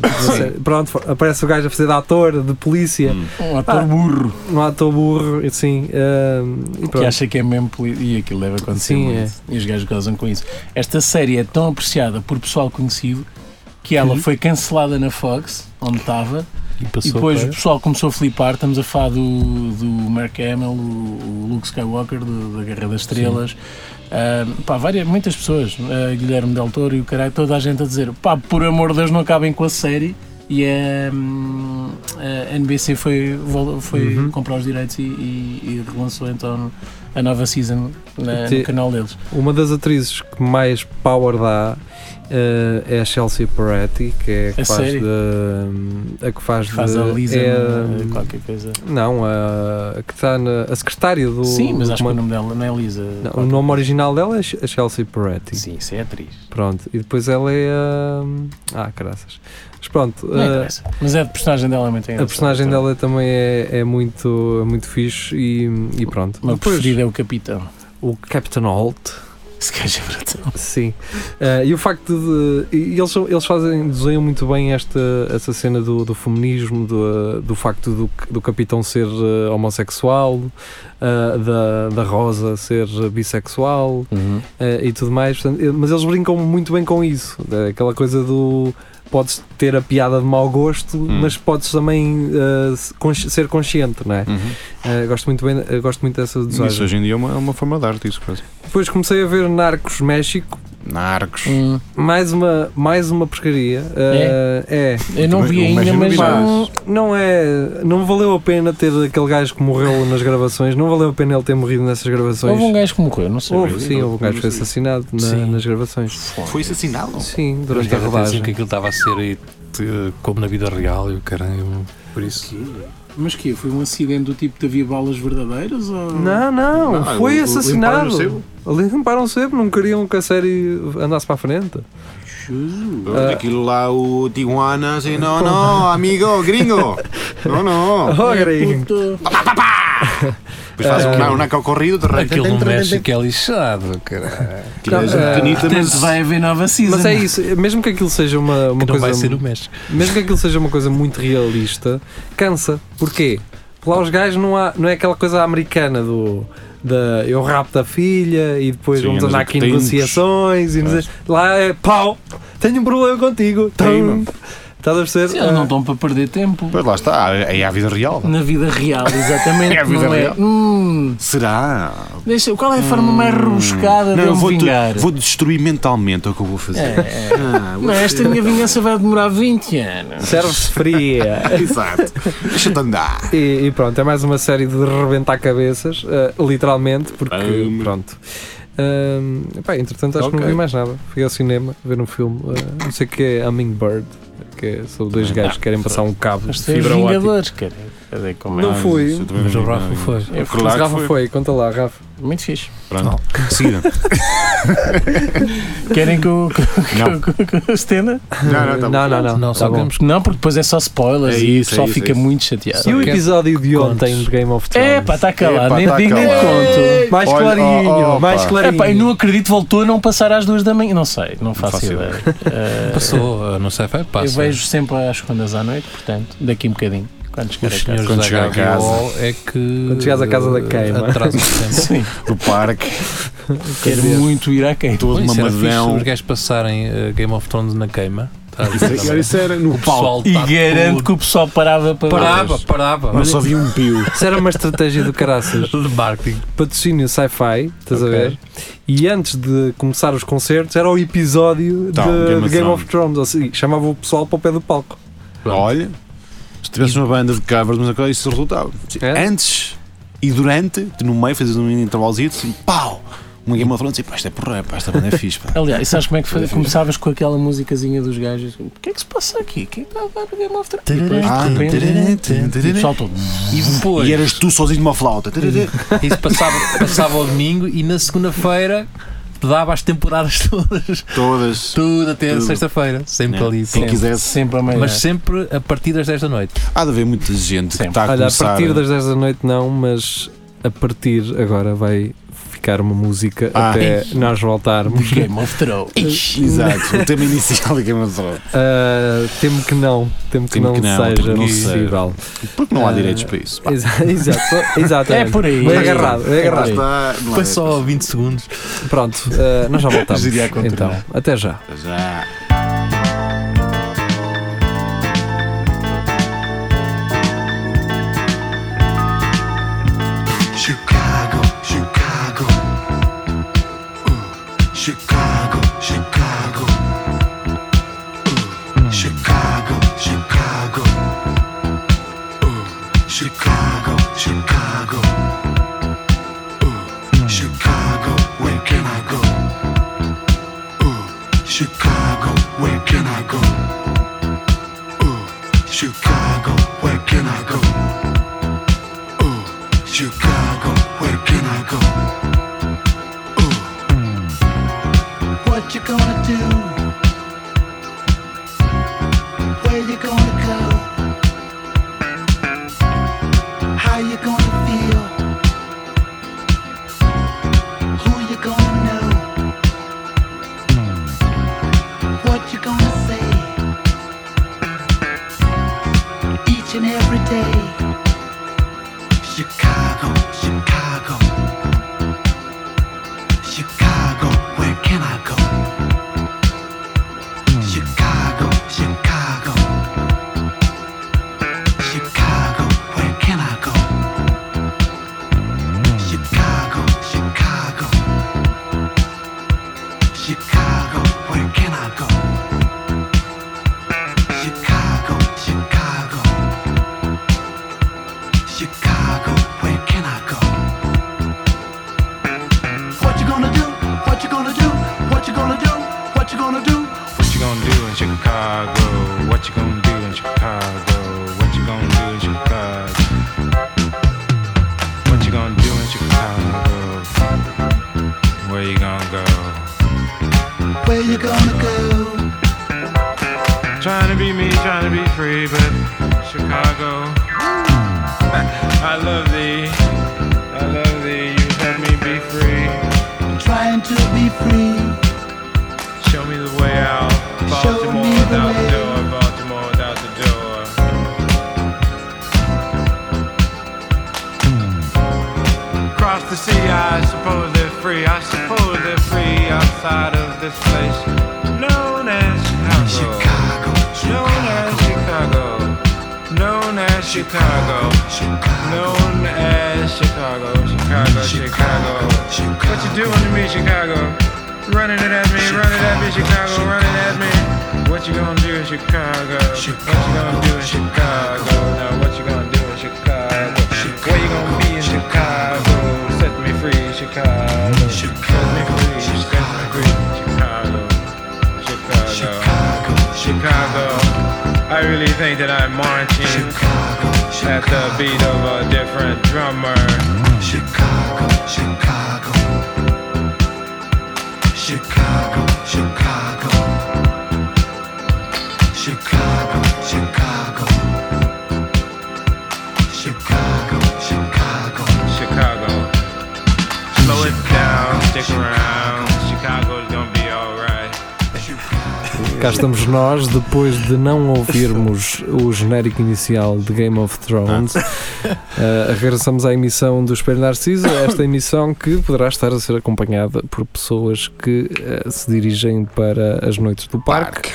na série. Pronto, aparece o gajo a fazer de ator, de polícia,
Hum.
Um ator
Ah,
burro
um ator burro, e assim. eh, e
que
pronto.
acha que é mesmo político. E aquilo deve acontecer
Sim, é.
muito. E os gajos gozam com isso. Esta série é tão apreciada por pessoal conhecido que ela
Que?
foi cancelada na Fox, onde estava,
E
E
passou
depois o
para-
pessoal começou a flipar. Estamos a falar do, do Mark Hamill, o, o Luke Skywalker, do- da Guerra das Estrelas. Ah, pá, várias, muitas pessoas, ah, Guilherme Del Toro e o caralho, toda a gente a dizer: pá, por amor de Deus, não acabem com a série. E a, hum, a NBC foi, vol- foi
Uhum.
comprar os direitos e, e- e relançou então a nova season na-
Te-
no canal deles.
Uma das atrizes que mais power dá eh, é a Chelsea Peretti, que é a que
A
faz
sério?
de. A que faz,
Faz
de,
a Lisa,
é,
na- qualquer coisa.
Não, a, a que está na. A secretária do.
Sim, mas acho que o
comando-
nome dela não é Lisa.
Não, o
qualquer-
nome original dela é Ch- a Chelsea Peretti.
Sim, isso é atriz.
Pronto. E depois ela é a. Ah, graças. Mas pronto.
Não
eh,
interessa. Mas é a personagem dela, é muito
a
engraçada,
personagem
então.
dela também é, é muito, é muito fixe e, e pronto.
O meu
Depois,
preferido é o Capitão.
o Captain Holt.
Se gajo é brutal.
Sim. Eh, e o facto de. e eles, são- eles fazem, desenham muito bem esta, essa cena do, do feminismo, do, eh, do facto do, do capitão ser eh, homossexual, eh, da, da Rosa ser bissexual
Uhum.
eh, e tudo mais. Portanto, eh, mas eles brincam muito bem com isso. eh, Aquela coisa do. Podes ter a piada de mau gosto,
Hum.
mas podes também eh, se- consci- ser consciente, não é?
Uhum.
Eh, gosto, muito bem, eh, gosto muito dessa
Isso
dosagem.
hoje em dia é uma, é uma forma de arte, isso quase.
Depois comecei a ver Narcos México.
Narcos.
Hum.
Mais uma, mais uma porcaria. Uh, é.
Eu não
Também-
vi
o
ainda,
Benjamin
mas.
Button.
Não, não é. Não valeu a pena ter aquele gajo que morreu nas gravações. Não valeu a pena ele ter morrido nessas gravações.
Houve um gajo que morreu, não sei.
Houve, sim, houve um gajo que foi assassinado na-
Sim.
nas gravações.
Foi assassinado?
Sim,
Durante
durante a rodagem.
que aquilo estava a ser e, te- como na vida real e o caralho. Por isso.
Mas que Foi um acidente do tipo de havia balas verdadeiras? Ou...
Não, não,
Não,
foi
o- o-
assassinado.
limparam o sebo.
Ali limparam o sebo, não queriam que a série andasse para a frente.
Aquilo lá, o Tijuana, assim, não, não, amigo, gringo. Não, não.
Oh, gringo.
Puta.
Pá, pá, pá. Depois faz um não, naco corrido, de repente.
Aquilo no México é lixado, caralho.
Tinhas
Não,
um
eh,
pequenito,
Portanto,
mas.
vai haver nova season.
Mas é isso, mesmo que aquilo seja uma, uma
Que não
coisa.
vai ser o México.
Mesmo que aquilo seja uma coisa muito realista, cansa. Porquê? Porque lá os gajos não, há, não é aquela coisa americana do. Da, eu rapto a filha e depois
Sim,
vamos
andas
andar
a
aqui em
tentos.
negociações e não sei- Lá é pau, tenho um problema contigo.
Tem,
Tum.
mano.
Estás a perceber? Ah,
Sim, eles não estão para perder tempo.
Pois lá está, é a vida real.
Na vida real, exatamente.
É a vida
não
real.
É. Hum,
Será?
deixa, qual é a forma mais rebuscada de eu
vou,
me vingar?
vou destruir mentalmente é o que eu vou fazer.
É.
Ah,
Não, esta minha vingança vai demorar 20 anos.
Serve-se fria.
Exato. Deixa-te andar.
E, e pronto, é mais uma série de rebentar cabeças, eh, literalmente, porque
Ahm.
pronto. Ahm, pá, entretanto, acho que não
Ok.
vi mais nada. Fui ao cinema ver um filme, eh, não sei o que é Hummingbird, que é sobre dois gajos que querem passar um cabo de
Isto é os
fibra ótica.
Vingadores, cara. Cadê como é?
Não fui.
Eu também
Mas
não
o
vi
Rafa
nada.
foi.
É
Claro
Mas
que
Rafa
foi.
foi, conta lá, Rafa.
Muito fixe.
Pronto. Seguida.
Querem que eu, que,
Não.
que, que, que eu estenda?
Não, não, tá bom.
não, não, não,
Não
tá bom.
sabemos.
Não, porque depois é só spoilers
É
e o
isso,
pessoal
é isso,
fica
é isso.
muito chateado.
E o
Quer-
episódio de ontem
Contes.
de Game of Thrones?
É pá, está calado,
Epá,
nem,
tá
nem te
calado.
conto.
Mais
Olha,
clarinho,
oh, oh,
mais
pá.
clarinho.
Epá, eu não acredito, voltou a não passar às duas da manhã. Não sei, não faço,
faço
ideia. Eh,
Passou, eh, não sei, vai, passa.
eu vejo sempre às segundas à noite, portanto, daqui um bocadinho, quando chegar
os
a casa.
senhores
Quando chegar
da
a casa.
HBO é que.
Quando chegares à casa da queima.
Atrasam sempre.
Sim,
Do parque,
quero muito ir à queima.
todo
Pois, era fixe
mamadão.
os gajos passarem eh, Game of Thrones na queima. Tá,
Isso era- Isso era no
o pessoal
E
tá
garanto que
tudo-
o pessoal parava para
Parava,
ver.
parava.
Mas só vi um pio.
Isso era uma estratégia do caraças.
De marketing.
patrocínio sci-fi, estás a
Ok.
ver? E antes de começar os concertos era o episódio
Tá,
de de Game,
Game of
of Thrones, ou seja, chamava o pessoal para o pé do palco.
Olha, se tivesse uma banda de covers, mas aquela isso resultava.
É?
Antes e durante, no meio, fazes um intervalzinho, assim, pau! Um Game of Thrones, e pá, isto é porra, pá, esta banda é fixe, pá.
Aliás, sabes como é que foi? Começavas com aquela musicazinha dos gajos? O que é que se passa aqui? Quem está a dar o Game of Thrones? E depois,
Ah,
de repente, tipo, e o pessoal todo.
E depois.
E eras tu sozinho numa flauta.
Isso passava, passava ao domingo e na segunda-feira dava as temporadas todas.
Todas.
Tudo até
Tudo.
sexta-feira. Sempre
Né?
ali.
Quem
sempre.
quisesse.
Sempre a meia.
é.
Mas sempre a partir das 10 da noite.
Há de haver muita gente que
Sempre.
está a
Olha, a
começar.
partir das 10 da noite não, mas a partir agora vai ficar uma música
Ah.
até nós voltarmos.
Game of Thrones.
Exato, o tema inicial do Game of Thrones.
Ah, temo que não, temo que,
Temo
não,
que não,
seja
porque não sei.
possível.
Porque não há
Ah,
direitos para isso. pá.
Exa- Exato,
É
tá.
exatamente.
por aí.
Bem agarrado, bem
É por
agarrado.
aí.
Lá está, não há
Foi
direitos
só 20 segundos.
Pronto, ah, nós já voltamos.
Giria a contornar.
Então, até já.
para isso. Já.
Chicago, Chicago. Ooh. Chicago, Chicago. Ooh. Chicago, Chicago. Ooh. Chicago, Chicago. Ooh. Chicago, where can I go? Ooh. Chicago, where can I go? Ooh. Chicago, where can I go? Ooh, Chicago, where can I go? Ooh. What you gonna do? Where you gonna go? How you gonna feel? Who you gonna know? What you gonna say? Each and every day. Chicago, Chicago. Chicago, where can I go? Chicago, Chicago. Chicago, where can I go? Chicago, Chicago. Chicago, where can I go? Chicago, Chicago. Chicago, where can I go? What you gonna do? What you gonna do? What you gonna do? What you gonna do?
What you gonna do in Chicago? What you gonna do in Chicago? What you gonna do in Chicago? What you gonna do in Chicago? Where you gonna go?
Where you gonna go?
Trying to be me, trying to be free, but Chicago, I love thee. free.
trying to be free.
Show me the way out.
Show
Baltimore
me the
without the
way.
door. Baltimore without the door. Across the sea, I suppose they're free. I suppose they're free outside of this place known as Chicago.
Chicago,
Known as Chicago. Known as Chicago.
Chicago,
Known as Chicago. Chicago. Chicago.
Chicago.
What you doing to me, Chicago? Running it at me, running at me, Chicago, running at me. What you gonna do in Chicago? What you gonna do in Chicago? Now what you gonna do in Chicago? Where you gonna be in Chicago? Set me free, Chicago. Set me free, set me free, Chicago. Chicago. Chicago. I really think that I'm marching at the beat of a different drummer.
Chicago, Chicago, Chicago, Chicago, Chicago, Chicago, Chicago, Chicago.
Chicago. Slow it down, stick around. Chicago's gonna be alright.
Cá estamos nós, depois de não ouvirmos o genérico inicial de Game of Thrones, eh, regressamos à emissão do Espelho Narciso, esta emissão que poderá estar a ser acompanhada por pessoas que eh, se dirigem para as noites do parque.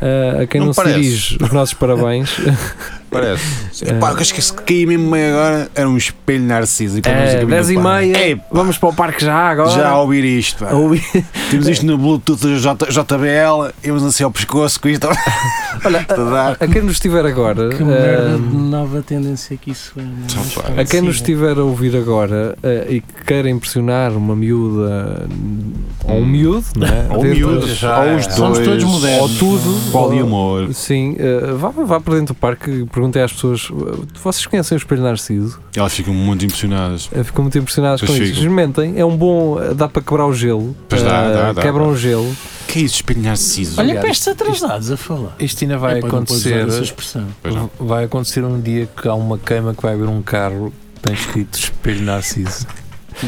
Eh, a quem não, É,
Não
se
parece.
dirige, os nossos parabéns.
Parece.
É.
Epá, eu acho que se caí mesmo bem agora era um espelho narciso. para nós
É,
aqui no
10 e
parque.
meia,
Ei, pá,
vamos para o parque já agora.
já a ouvir isto. pá.
A ouvir-
Temos isto no Bluetooth da J- JBL, íamos assim ao pescoço com isto.
Olha, a, a quem nos estiver agora.
Que merda
eh,
de nova tendência que isso é. não
Só
é
pá.
possível.
A quem nos estiver a ouvir agora eh, e que queira impressionar uma miúda hum, ou um miúdo, não é?
Ou
Dentro-
miúdos,
já
ou
é.
os dois.
Somos todos modernos.
Ou tudo.
Poliamor.
Sim, eh, vá, vá para dentro do parque e perguntei às pessoas: eh, vocês conhecem o Espelho Narciso?
Elas ficam muito impressionadas.
Eh, Ficam muito impressionados com
Pois
isso.
ficam.
Experimentem, é um bom. eh, dá para quebrar o gelo.
Pois dá,
Eh,
dá, dá,
Quebram
dá.
o gelo.
Que é isso, espelho narciso?
Olha para estes atrasados a falar.
Isto ainda vai
É pá, não podes usar
acontecer. eh?
Essa expressão.
Pois não.
Vai acontecer um dia que há uma queima que vai haver um carro que tem escrito Espelho Narciso.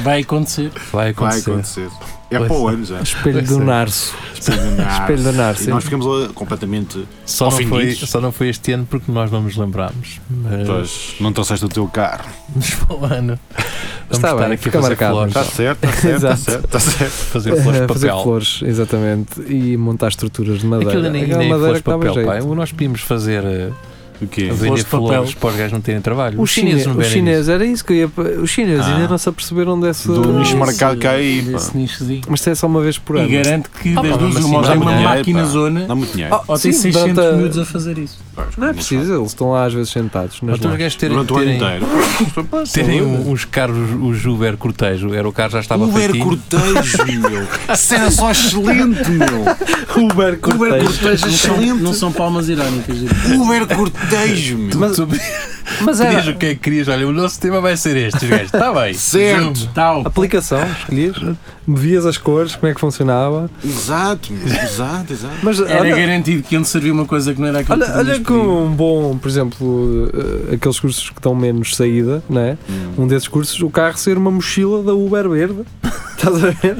Vai acontecer.
Vai acontecer.
É
Pois
para o
é.
ano já.
Espelho
Pois
do
é.
Narso.
Espelho do
Espelho do Narciso.
E nós ficamos uh, completamente.
Só, não foi,
Ofendidos.
só não foi este ano porque nós não nos lembrámos.
É.
Mas
Pois, não trouxeste o teu carro.
mas para o ano. Vamos
Está bem,
estar aqui a
fica
fazer
marcado.
flores.
Está Tá certo, está certo, está
Exato.
certo. Está certo.
Fazer flores de
Eh, fazer
papel.
flores, exatamente. E montar estruturas de madeira.
Aquilo nem,
Aquela
nem é
madeira
flores de
que dava
papel, pai.
jeito.
Nós podíamos fazer eh,
O quê?
vender
Flores de papel.
flores para os gajos não terem trabalho.
Os chineses,
não
os
vendem isso.
chineses, era isso que eu ia. pa- Os chineses
Ah.
ainda não se aperceberam dessa.
Do nicho
Esse-
marcado cá aí, pá.
desse nichozinho.
Mas isso é só uma vez por ano.
E garanto que
pá,
das
mas
duas
assim,
irmãos
dá
é uma
dinheiro,
máquina
pá.
zona.
Dá muito dinheiro.
Ah,
Ou tem
sim,
600
durante a-
miúdos a fazer isso.
Não é preciso, eles estão lá às vezes sentados. Nas
Então os
lojas.
gajos terem,
Durante o ano
terem,
inteiro.
terem um- uns carros, os Uber cortejo. Era o carro já estava
Uber
feitinho.
Cortejo, Um meu. Cena só excelente, meu.
Um
Um Uber Cortejo. Uber Cortejo
Não são,
excelente.
não são palmas irónicas. gente.
Uber Cortejo, um meu.
Mas, tu
Mas
pedias
era
o que é que querias. Olha, o nosso tema vai ser este, os gajos. Está bem.
Certo.
Tal.
aplicação, escolhias, medias as cores, como é que funcionava.
Exato, meu. Exato, exato.
Mas
Era
olha,
garantido que iam servir uma coisa que não era aquilo
olha,
que
olha que um bom, por exemplo, eh, aqueles cursos que estão menos saída, né? Um desses cursos, o carro ser uma mochila da Uber verde. Estás a ver?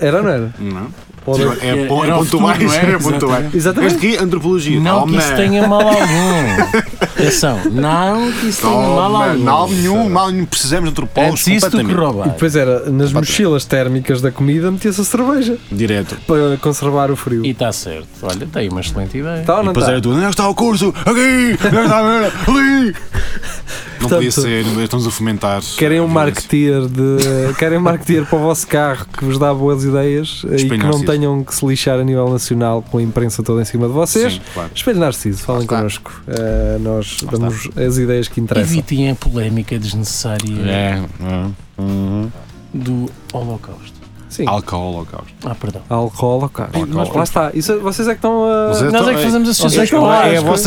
Era ou não era?
Não.
Ou da-
É,
Era
bom, é
o
ponto
futuro,
mais,
não é?
é ponto mais.
Exatamente.
Este aqui, antropologia.
Não
Oh,
que isso
man.
tenha mal algum. Atenção, não que isso tenha
Oh,
mal
man,
algum.
Mal nenhum, mal nenhum. Precisamos de antropólogos
Antes isso do que
completamente.
roubar.
E depois era nas mochilas térmicas da comida metia-se a cerveja
Direto.
para conservar o frio.
E está certo. Olha, tem aí uma excelente ideia.
Tá ou
E
não
depois
tá?
era tudo, onde está o curso? Aqui! Onde está a merda? Ali! Não
Portanto,
podia ser, estamos a fomentar.
Querem um
a violência.
marketeer de. Querem um marketeer para o vosso carro que vos dá boas ideias eh, e que
Espelho
não
Narciso.
tenham que se lixar a nível nacional com a imprensa toda em cima de vocês.
Sim, claro.
Espelho Narciso, falem
está.
connosco. Eh, nós damos as ideias que interessam.
Evitem a polémica desnecessária
É, é. Uhum.
do Holocausto.
Sim.
Álcool, holocausto.
Ah, perdão.
Álcool ao carro.
Álcool.
Lá está. Isso, vocês é que estão a.
Vocês-
Nós é que
é-
fazemos
Vocês
associações
é
com
que- é
a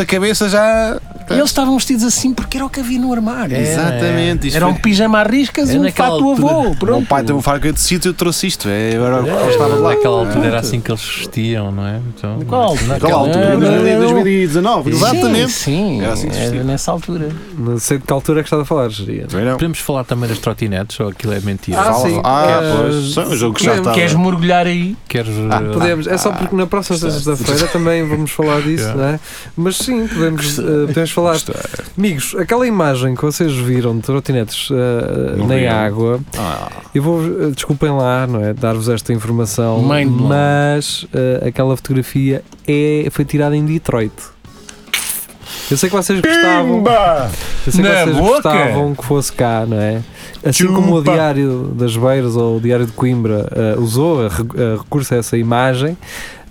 a
cabeça já.
E eles estavam vestidos assim porque era o que havia no armário.
É,
Exatamente. isto
Era um
foi-
pijama à riscas
É
e um
naquela
fato do
altura.
avô.
O meu
Pronto.
pai tem um farca de sítio e eu trouxe isto. É, eu era o que gostava de lá.
Naquela altura era assim que eles vestiam, não é? Então,
Naquela altura?
Naquela altura,
Não, não, não.
2019.
Sim,
Exatamente.
Sim,
Era assim que se Tá
era
vestia.
nessa altura.
Não sei de que altura é que estás a falar, Jeria.
Também não.
Podemos falar também das trotinetes, ou aquilo é mentira?
Ah, sim.
Ah,
Eh,
pois. Só um jogo que já
Quer-
estava.
Queres mergulhar aí?
Queres. eh,
Podemos, é só porque na próxima sexta-feira também vamos falar disso,
Yeah.
não é? Mas sim, podemos, eh, podemos falar. Amigos, aquela imagem que vocês viram de trotinetes eh,
No
na
Rio.
água,
Ah.
eu vou, eh, desculpem lá, não é? Dar-vos esta informação,
Mind blown.
mas eh, aquela fotografia é, foi tirada em Detroit. Eu sei que vocês gostavam. Eu sei que
Na
vocês
boca?
gostavam que fosse cá, não é? Assim como o
Chupa.
Diário das Beiras ou o Diário de Coimbra eh, usou a, rec- a recurso a essa imagem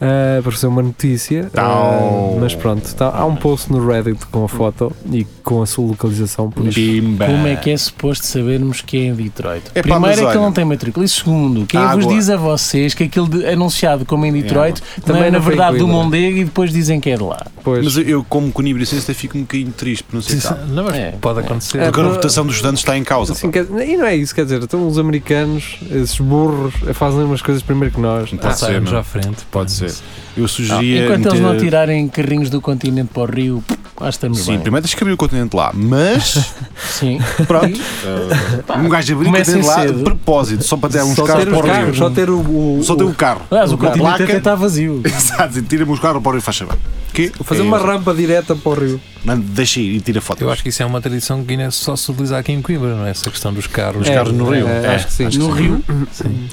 eh, para ser uma notícia, eh,
Tau.
mas pronto, tá- há um post no Reddit com a foto e com a sua localização. Por isso.
Pimba.
Como é que é suposto sabermos que é em Detroit?
Epá,
Primeiro
mas
é que
olha-
ele não tem matrícula. E segundo, quem
Água.
vos diz a vocês que aquilo de- anunciado como em Detroit também
Também
é
não
na
foi
verdade do
incluído.
Mondego e depois dizem que é de lá.
Pois.
Mas eu- eu, como conibricista, fico um bocadinho triste, por não sei
Sim,
tal.
Não, mas
É.
pode acontecer.
É.
Porque a reputação dos estudantes está em causa.
Assim,
pá.
quer- e não é isso, quer dizer, então os americanos, esses burros, fazem umas coisas primeiro que nós.
Pode ser,
Passarmos
não?
à frente.
Pode ser. Eu sugeria.
Ah, Enquanto eles não
meter-
tirarem carrinhos do continente para o Rio, lá estamos
Sim,
bem.
primeiro tens que abrir o continente lá, mas
Sim.
pronto. Eh, um gajo abrir o
comecem
continente lá de
cedo.
propósito, só para ter é uns
só
carros
ter
para
os
o
carros,
rio.
só ter o, o-
Só ter um carro.
Aliás, o Ah,
Uma
continente até
placa.
está vazio.
Exato, e tira-me os carros para o rio, faz favor. Que?
fazer
É
uma
isso.
rampa direta para o rio.
Mano, Deixa ir e tira fotos.
Eu acho que isso é uma tradição que ainda só se utiliza aqui em Coimbra, não é? Essa questão dos carros.
Os carros no rio.
é,
É,
acho que sim.
No Rio,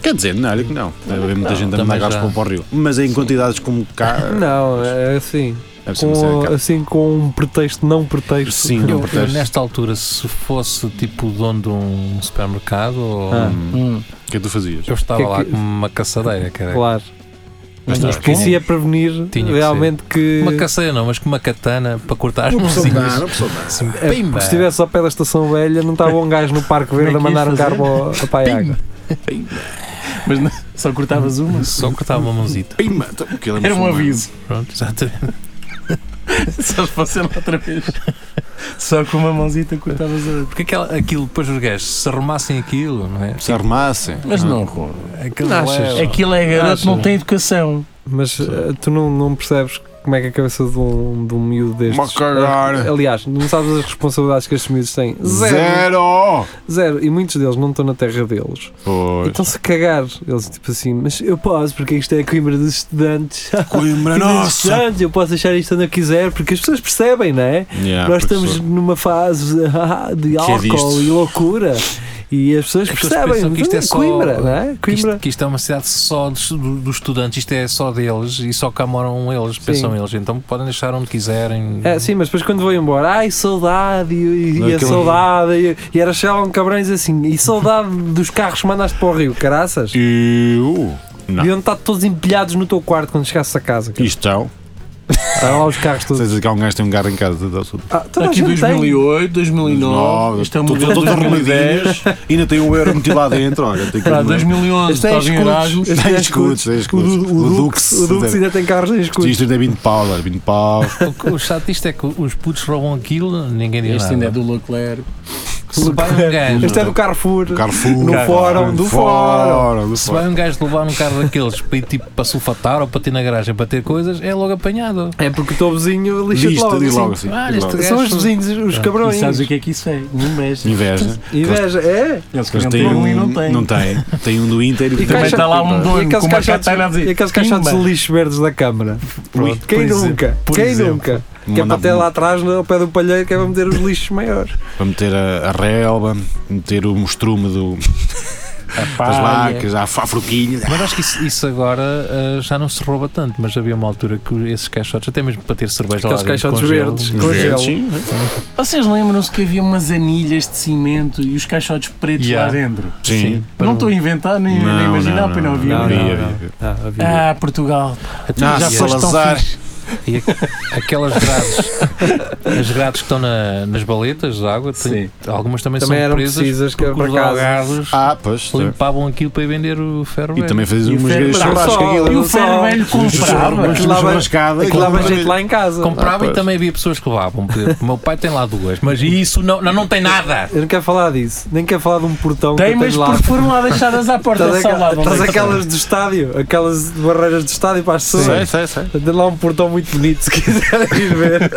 Quer dizer, não, olha que não. Deve haver muita gente a
também
mandar carros
já.
para o- para o rio. Mas em quantidades como cá.
Não, é assim.
deve ser uma série de
com,
carros.
assim com um pretexto não pretexto.
Sim,
Eu-
não
eu,
protestes.
nesta altura, se fosse tipo o dono de um supermercado, ou-
Ah.
hum,
O que é que tu fazias?
eu estava
Que é
lá
que-
com uma caçadeira,
É
cara.
Claro.
Mas
é
não,
nós
Porque isso ia prevenir
Tinha que
realmente que,
Uma caçadeira não, mas com uma katana para cortar as
Não,
mãozinhas.
não precisa dar.
Assim,
é,
pimba!
se estivesse ao pé da estação velha, não estava um gajo no Parque Verde a
Como é que
mandar um
ias fazer?
carro para o- para a água.
mas não- só cortavas uma.
Só cortava uma mãozita.
Pimba, então, aquilo é
Era um
muçulmano.
aviso.
Pronto, exatamente.
Só se fosse lá outra vez. Só com uma mãozita cortavas a outra.
Porque aquela- aquilo, depois os gajos, se arrumassem aquilo, não é?
Se armassem.
Mas não, Rô.
Aquilo
Não achas?
leva.
Aquilo é garoto,
Acho.
não tem educação.
Mas eh, tu não, não percebes como é que a cabeça de um, de um miúdo destes. eh,
Uma cagada.
Aliás, não sabes as responsabilidades que estes miúdos têm. Zero.
Zero!
Zero. E muitos deles não estão na terra deles.
Pois.
Então se cagar, eles tipo assim, mas eu posso, porque isto é a Coimbra dos estudantes.
Coimbra,
Coimbra dos
nossa!
estudantes, eu posso achar isto onde eu quiser, porque as pessoas percebem, não é?
Ah,
Nós estamos numa fase ah, de álcool
disto?
e loucura. E as pessoas
As pessoas
percebem
pensam que isto é
hum,
só-
Coimbra, não é?
Que isto,
Coimbra.
que isto é uma cidade só dos, do- dos estudantes, isto é só deles e só cá moram eles, pensam eles, então podem deixar onde quiserem.
É, sim, mas depois quando vou embora, ai saudade, e, e
Não é
a
aquele-
saudade, e, e era Sheldon Cabrões assim, e saudade dos carros que mandaste para o Rio, caraças, e
Eu. Não.
onde estar todos empilhados no teu quarto quando chegasses a casa. cara.
Isto é.
Estavam lá os carros todos.
Vocês que há um gajo que tem um carro em casa. Toda
Ah, toda a
Aqui
gente tem.
2008, 2009, este é um modelo de 2010.
Ainda tem um euro metido lá dentro. Olha, tem que
Pá,
ver.
2011,
Este é
estás em Erasmus.
escudos. Este
Tem
é
escudos, tem escudos.
O, Du-
O
o,
Dux,
Dux, o Dux ainda tem carros em escudos.
Isto ainda é 20 pau, olha, 20 pau.
O, que- o chato disto é que os putos roubam aquilo, ninguém diz
Este
nada.
ainda é do Leclerc.
Se vai um gajo.
Este é do Carrefour.
Carrefour.
No fórum, do fórum.
do
Se vai
fórum.
um gajo levar um carro daqueles para ir tipo para sulfatar ou para ter na garagem para ter coisas, é logo apanhado.
É porque o teu vizinho lixa
Diz-te,
logo.
diz
assim.
logo assim.
Ah,
diz
este
logo.
gajo-
São os vizinhos, os
E
cabrões.
sabes o que é que isso é? Inveja.
Inveja.
Inveja, é?
Eles que
Eles
não
têm
têm um e
um,
não têm.
não tem. Tem um do Inter
E
e do
Também
caixa-
está lá um
E
dono com
aqueles
uma catana a
caixotes,
dizer.
e aqueles caixotes de
"Pimba". é,
lixo verdes da Câmara.
Pronto,
Quem
por exemplo,
nunca?
por
Quem
exemplo.
nunca? Que é para
Mandava-
ter lá atrás, no- ao pé do palheiro, que é para meter os lixos maiores.
Para meter a, a relva, meter o mostrume do, das vacas, a, a fruquinha.
Mas acho que isso, isso agora ah, já não se rouba tanto, mas havia uma altura que esses caixotes, até mesmo para ter cerveja
Aqueles
lá dentro,
caixotes
com gelo,
verdes,
com
com
gelo.
gelo.
Sim,
Vocês lembram-se que havia umas anilhas de cimento e os caixotes pretos
Yeah.
lá dentro?
sim.
um- Não estou a inventar nem, nem a imaginar, pois não havia. um.
não,
Havia,
não.
havia.
Ah, havia.
Ah, Portugal.
Até já
Ah,
já
foste
foste tão
Salazar.
fixe.
E a- aquelas grades, as grades que estão na- nas baletas de água, tem- algumas também,
Também
são
eram
presas
precisas que
porque
era para
os
casa.
algarves
Ah, pois. certo.
limpavam aquilo para ir vender o um- ferro.
E também fazes
E o
umas
ferro
grandes
bravo.
churrascas
Só,
com aquilo.
e
E
o
o ferro
Só-
velho comprava.
Umas
Aquilo lá-
churrascadas,
É que dava
aquilo-
gente lá em casa.
Comprava
Ah,
e
pois.
também havia pessoas que levavam. porque O meu pai tem lá duas, mas isso não, não, não tem nada.
Eu não quero falar disso. Nem quero falar de um portão
Tem,
que eu
mas
tenho lá.
porque foram lá deixadas à porta
Estás,
só lá.
aquela-
vão
estás
lá.
aquelas do estádio, aquelas de barreiras do estádio para as
Sei,
pessoas.
sei, sei.
Tem lá um portão muito bonito, se quiserem ir ver.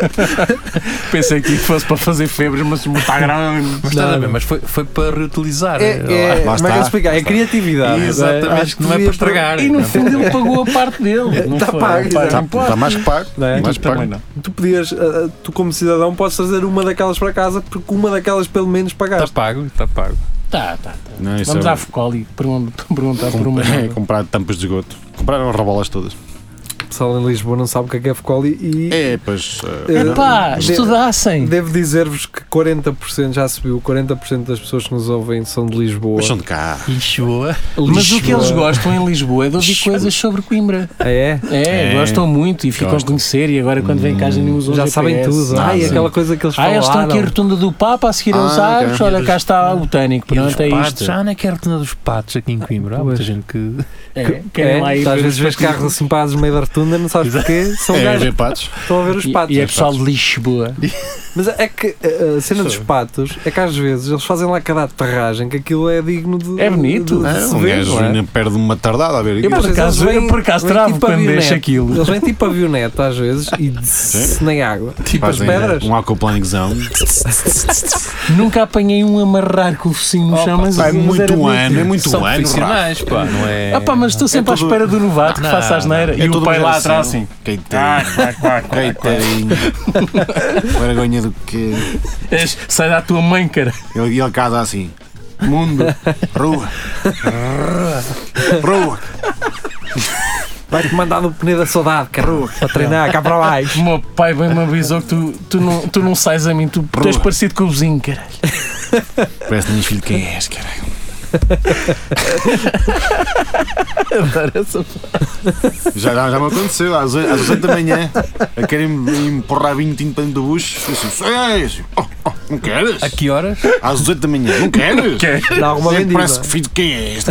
Pensei que fosse para fazer febres, mas está grande.
Mas, estás a ver, mas foi, foi para reutilizar.
É,
Lá-
é, como
lá
é que eu
está.
explicar? É
Ah,
criatividade. não é?
Exatamente,
Acho que
não é para
devia-
estragar.
E no fim ele pagou a parte dele. Não
Tá
foi?
pago,
Ele pagou.
Está tá mais que pago.
Não é?
Mais
então
que pago.
Também não.
Tu podias, ah, ah, tu como cidadão, podes trazer uma daquelas para casa porque uma daquelas pelo menos
Está
pagaste.
pago, está pago.
Tá, tá.
Não, isso
Vamos
é-
à Focoli pergun- perguntar por uma.
É, comprar tampas de esgoto. Compraram rabolas todas.
O Tá. pessoal em Lisboa não sabe o que é que é Focoli e
É, pois.
É,
eh,
Epá,
De-
estudassem.
devo dizer-vos que 40% já subiu, 40% das pessoas que nos ouvem são de Lisboa.
Mas são de cá.
Lisboa.
Mas o que eles
Lisboa.
gostam em Lisboa é de ouvir coisas sobre Coimbra.
Ah, é?
É,
É.
gostam muito e ficam a
Gostam.
conhecer. E agora, quando vêm cá, já nem usam
Já
GPS.
sabem tudo.
Ah,
Ai,
sim.
aquela coisa que eles
Ah,
falaram.
eles estão aqui a rotunda do Papa a seguir aos
Ah,
aros.
ok.
Olha, cá está o botânico.
E dos
Pronto, é
patos.
isto.
Ah, não é que é a retina dos patos aqui em Coimbra. Há muita gente que.
É, querem lá
É,
ir
tu às
ver
vezes
os
vês
patinhos.
carros assim parados no meio da rotunda, não sabes porquê, são
É,
gajos
ver patos.
que estão a ver os
E-
patos.
E é pessoal de Lisboa.
Mas é que eh, a cena dos patos é que às vezes eles fazem lá cada aterragem que aquilo é digno de.
É bonito.
de- de
É,
se
um
ver,
gajo
não é?
ainda perde uma tardada a ver.
Eu,
isso.
por
Às vezes
acaso,
eles vêm-
eu por acaso
vêm
travo
tipo
quando
avionete.
deixo aquilo.
Eles vêm tipo avioneta às vezes e se nem água. Tipo as
Fazem
pedras.
Um aquaplaningzão.
Nunca apanhei um amarrar com o focinho no
Opa,
chão, mas
É
assim, mas
muito
era
um
bonito.
ano, é muito
São
um ano. Rafa.
profissionais, pá, não é?
Ah pá, mas estou sempre
É tudo-
à espera do novato que
Não,
faça a asneira.
É
E o
toda
pai
uma
lá atrás assim.
geração. Coitadinho. Coitadinho. Vergonha do que.
"És- Sai da tua mãe, cara.
Ele, ele casa assim. Mundo. Rua. Rua.
Vai-te mandar no pneu da saudade, carro, para treinar cá para baixo.
O meu pai bem me avisou que tu, tu, não, tu não sais a mim, tu tu és
Rua.
parecido com o vizinho, cara.
Parece que nem filho de quem és, caralho. Já, já, já me aconteceu, às oito- às 8 da manhã, a querem-me empurrar vinho tinto para dentro do bucho. Eu assim, "Ei, oh, oh, não queres?
A que horas?
Às 18 da manhã, não queres?
Dá alguma
Sempre
vendida.
Parece que filho de quem é este?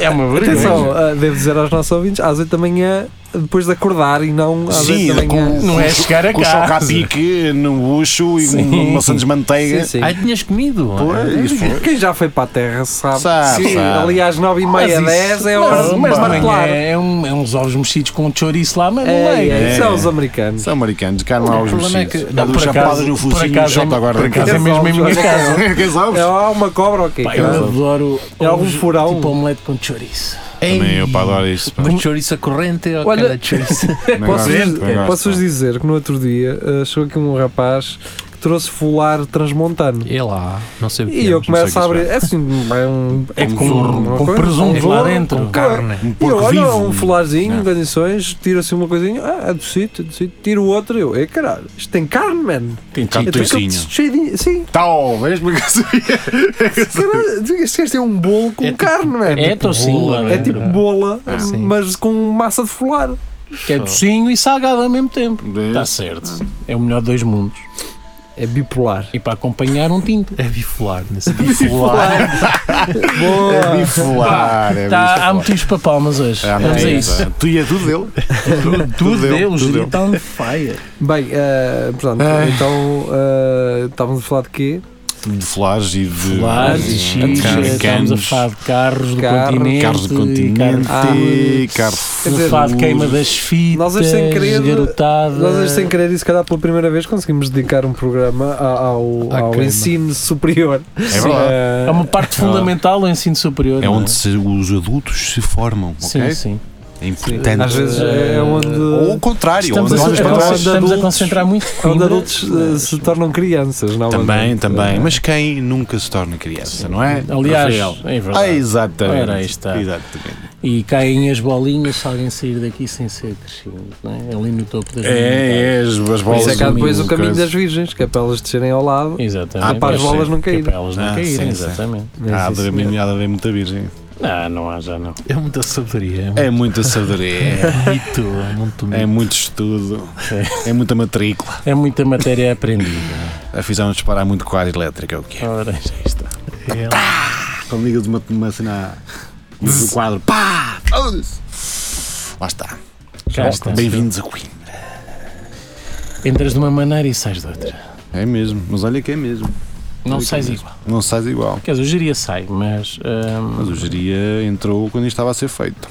É uma vergonha.
Atenção, ah, devo dizer aos nossos ouvintes, às 8 da manhã, depois de acordar e não às
Sim,
8 da manhã.
com,
Não
com,
é chegar a
com o choque à
casa.
pique no bucho e
Sim.
um maçã de manteiga. é
Sim, sim. é
Ai, tinhas comido.
Pois, foi.
Quem já foi para a terra sabe.
Sabe,
Sim,
sabe.
ali às 9 e
Mas
meia,
isso-
10 é
mas-
hora de
mas de
martelar.
manhã é, um- é uns ovos mexidos com chouriço lá, mas não
É,
é.
é, isso é
É.
os americanos.
São americanos, carne aos
O problema é
mexidos.
que-
Dá
Não,
duas
por acaso-
chapadas no
por
focinho e
acaso é-
solta agora.
por acaso é
Quem
mesmo em
sabe?
minha
Quem
casa.
sabe?
Quem
É
sabes?
lá uma cobra ou quê?
Pá, eu
Não.
adoro
É algum
ovos,
furão.
tipo omelete com chouriço.
Também eu pá, adoro isso. pá.
Uma chouriça corrente é ou
Olha-
cada chouriça?
Posso-vos
Também gosto,
posso-vos
pá.
dizer que no outro dia ah, chegou aqui um rapaz que trouxe fular transmontano.
É lá, não sei o que
E eu
é, mas
sei o que
começo
isso
a abrir. É assim, é um.
É
um
com-
zorro, uma
com
coisa,
presunto
um
lá
zorro,
dentro.
com
com carne.
Um
E eu
porco
olho
vivo.
um fularzinho em
Não.
condições, tiro assim uma coisinha, ah, é docito, é docito, tiro outro e eu, é caralho, isto tem carne, man.
Tem
Cá-
Eu tenho aquele
Toicinho.
tecido cheio de. Sim,
Tal, vês como é que eu sabia?
caralho, este gajo tem um bolo com
É tipo-
carne, man.
É
tipo
tocinho,
rola,
lá
É
né?
dentro.
tipo bola,
Sim.
mas com massa de fular.
que é docinho e salgado ao mesmo tempo.
Vês?
Está certo. É o melhor dos mundos.
É bipolar.
E para acompanhar um tinto.
É bifolar, nesse bifolar.
É
Boa!
bifolar. é
Tá, há
bifolar.
motivos para palmas hoje.
Ah, não
Vamos a
é
isso.
isso. Tu e é tudo dele.
Tudo,
Tudo deu, um
Deus,
tudo
ele
deu.
está on fire.
Bem, eh, portanto, então eh, estávamos a falar de quê?
É De folares e de.
Lares e chips,
Carros,
estamos a
canos,
falar de carros do
Carros,
continente.
Carros do continente,
carros de-
carros. É
Quer dizer,
Estamos a falar de queima das fitas,
nós hoje sem querer-
garotada.
Nós hoje, sem querer, e se calhar pela primeira vez, conseguimos dedicar um programa a- ao,
À
ao
queima.
ensino superior.
É verdade.
Eh,
É uma parte fundamental do ensino superior.
É
não
onde se- os adultos se formam,
Sim,
ok?
sim.
É importante.
Às vezes é
Ou
onde,
o contrário,
Estamos,
onde
a,
olhas para
estamos,
trás.
a
adultos-
concentrar muito
onde
Coimbra.
adultos eh, se tornam crianças, não?
Também, também.
Eh,
Mas quem nunca se torna criança, não é?
Aliás,
Rafael.
é
Ah,
verdade.
exatamente.
Ora, aí está.
Exatamente.
E caem as bolinhas se alguém sair daqui sem ser crescido, não é? Ali no topo das montanhas.
É, é, as, as
Por
bolas.
isso é que há depois o caminho
coisa.
das virgens, que é para elas descerem ao lado.
Exatamente.
Ah, para
Pois
as bolas
sim.
não
Que é
caírem.
Para elas não
Ah,
caírem,
sim, sim.
exatamente.
Mas
Ah,
isso-
deve haver muita virgem.
Não, não há, já não.
É muita sabedoria.
É muita sabedoria,
mito, é muito
é
mito.
muito estudo, é muita matrícula.
É muita matéria aprendida.
A fizeram disparar muito com a área elétrica, é o que é.
Ora, já está.
É,
Quando liga de uma, uma cena do quadro, pá! foda-se. Lá está.
Já está.
Bem-vindos a Coimbra.
Entras de uma maneira e sais de outra.
É mesmo, mas olha que é mesmo.
Não
Olha que
sais
é
igual.
Não sais igual.
Quer dizer, o geria sai, mas. hum, ahm,
Mas o geria entrou quando isto estava a ser feito.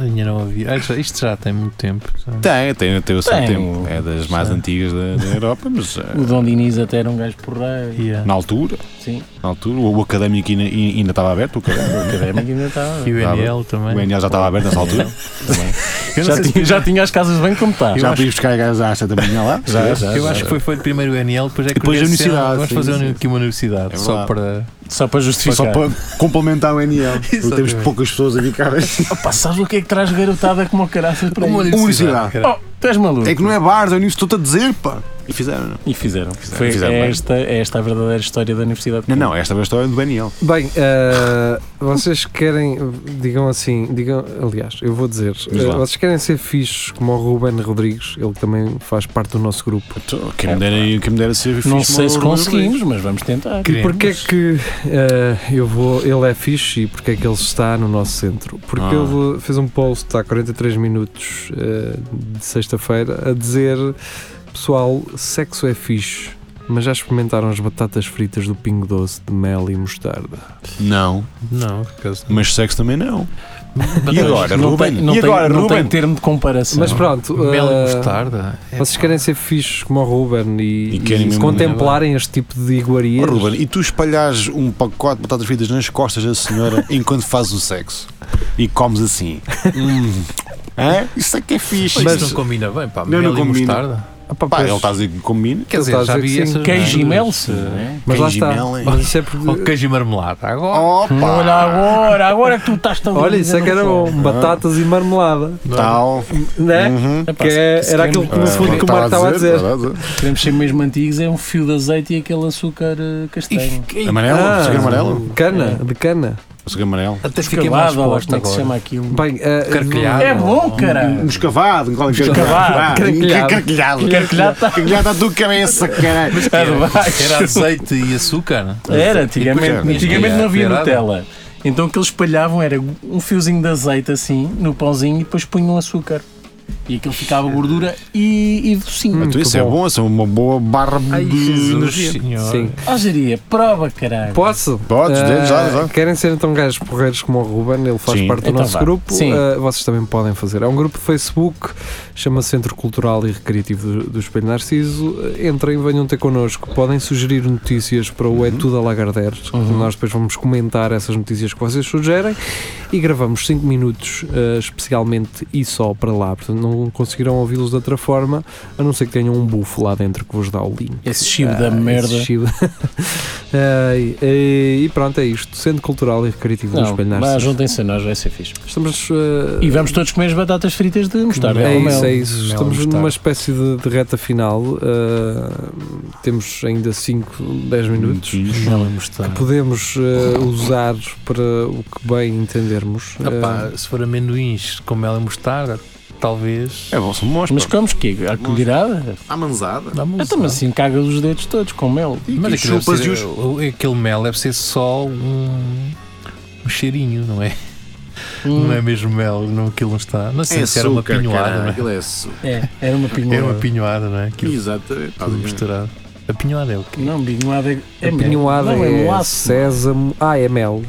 ainda não havia. Ah, já- Isto já tem muito tempo. já.
Tem, tem, tem o seu
Tem.
tempo. É das mais
Sim.
antigas da, da Europa, mas eh,
O Dom Diniz até era um gajo porreiro.
Yeah.
na altura,
Sim,
na altura, o académico ainda, ainda estava aberto, o académico.
o académico É, ainda tá. estava.
E o NL também.
O NL já estava aberto nessa altura.
Eu não
Já
sei se-
tinha, já tinha as casas bem como está.
Já podias buscar gajos às 7 da manhã lá?
Já, já.
Eu acho que foi feito primeiro o NL, depois é que
Depois a
conheceram,
universidade,
Vamos
sim,
fazer um
sim.
aqui uma universidade
É
só
verdade.
para.
Só para
Sim,
justificar.
só para complementar o NL. Porque temos
Exatamente.
poucas pessoas dedicadas.
Opa, sabes o que é que traz garotada como o caraças para
Uma
aí?
Universidade.
cara.
Oh, tu és maluco.
É que não é bars, é o estou-te a dizer, pá. E fizeram, não?
E fizeram. Foi
Fizeram bem.
esta, é esta a verdadeira história da Universidade. de
Não, não, esta é a história do NL.
Bem, eh, vocês querem, digam assim, digam, aliás, eu vou dizer,
Diz lá.
eh, vocês querem ser fixos como o Ruben Rodrigues, ele também faz parte do nosso grupo.
Quem me dera, quem me dera ser
Coimbra. Não sei se conseguimos, mas vamos tentar.
E
Queremos.
porquê é que eh, eu vou, ele é fixe e porquê é que ele está no nosso centro? Porque
Ah.
ele fez um post há 43 minutos eh, de sexta-feira a dizer: Pessoal, sexo é fixe, mas já experimentaram as batatas fritas do Pingo Doce de mel e mostarda?
Não,
Não, por acaso não.
mas sexo também não.
Mas-
E agora,
não
Ruben?
Tem, não
e
tem-
agora,
não
Ruben?
tem termo de comparação.
Mas pronto,
Mel
eh,
Ah,
e mostarda. É
vocês
pá.
querem ser fixos como o Ruben
E
e, e
querem mesmo
contemplarem este tipo de
Ó,
iguarias?
Ruben, e tu espalhares um pacote de batatas fritas nas costas da senhora enquanto fazes o sexo e comes assim. hum. Hã? Isso é que é fixe.
Mas
Mas-
isto não combina bem, pá.
Não,
mel
não
e
combina.
mostarda.
Ah, pá,
Pá,
pois.
ele tá- está a dizer que combina.
Quer
Ele está
dizer,
a dizer
já vi
que sim.
essas.
Queijo e mel,
misturas,
sim.
eh,
né?
mas lá
Queijo e
está.
mel, hein?
Mas isso é porque-
Ou queijo e marmelada. Agora.
Oh, Olha
Opa!
agora, agora que tu estás tão
Olha, isso é que era bom. Batatas e marmelada.
Não.
Tal.
Né?
Uhum.
Epá,
Que
se-
é-
se
era
queremos-
aquilo que no fundo que o Marco estava a dizer.
Queremos ser mesmo antigos, é um fio de azeite e aquele açúcar eh, castanho.
Amarelo?
Ah,
Açúcar amarelo? É.
Cana, de cana.
Açúcar amarelo.
Até fiquei mais
Escalado, ou
exposto
como é que se chama
agora.
aquilo?
Bem, eh,
Carcalhado.
É bom, caralho.
Moscavado, qual é que é?
Ah,
Moscavado.
Craquelhado.
Craquelhado.
Craquelhado está-
Craquelhado à tua cabeça, caralho.
Era de baixo.
Era azeite e açúcar.
é. Era,
E
antigamente,
depois era.
antigamente não havia
Era.
Nutella. Então o que eles espalhavam era um fiozinho de azeite assim no pãozinho e depois punham açúcar. E aquilo ficava gordura e, e docinho.
Hum.
Então isso é
bom.
bom, isso é uma boa barba
Ai,
de
Jesus,
energia.
senhor.
Sim.
Ó geria, Ah, prova caralho.
Posso?
Podes,
Eh,
já, já.
Querem ser então gajos porreiros como o Ruben, ele faz
Sim.
parte do
Então
nosso
vá.
grupo.
Sim.
Eh, vocês também podem fazer. É um grupo de Facebook, chama-se Centro Cultural e Recreativo do, do Espelho Narciso. Eh, Entrem, venham ter connosco. Podem sugerir notícias para o É Tudo a Lagarder.
Uhum.
Nós depois vamos comentar essas notícias que vocês sugerem e gravamos 5 minutos eh, especialmente e só para lá. Portanto, não conseguirão ouvi-los de outra forma, a não ser que tenham um bufo lá dentro que vos dá o link.
Esse chibo
Ah,
da
esse
merda.
chibo. Ai, ai, e pronto, é isto. Centro Cultural e Recreativo do
Não,
Espelho
mas
Narciso.
juntem-se a nós, vai ser fixe.
Estamos. eh,
E vamos todos comer as batatas fritas de mostarda.
é
ou
isso,
um mel.
é isso.
Mel
Estamos
mostarda.
numa espécie de, de reta final. eh, temos ainda 5, 10 minutos.
Mel e mostarda.
Podemos eh, usar para o que bem entendermos.
Epá, se for amendoins com mel e mostarda, talvez.
É bom, são bons.
Mas
pá.
comes o quê? A colherada?
À manzada.
Dá-me um
Então, mas assim, cagas os dedos todos com mel.
Mas
E
aquilo deve
chupas
ser-
e os-
o- aquele mel deve ser só um, um cheirinho, não é? Não é mesmo mel, não, aquilo não está. Não
É
sei se era uma pinhoada, não é?
Aquilo é açúcar.
É, era uma
Era uma
pinhoada.
pinhoada, não é? Aquilo
Exatamente.
tudo misturado. A pinhoada é o quê?
Não, pinhoada é,
a
é mel.
pinhoada
Não, é
Eh, é,
melaço.
sésamo. Ah, é mel.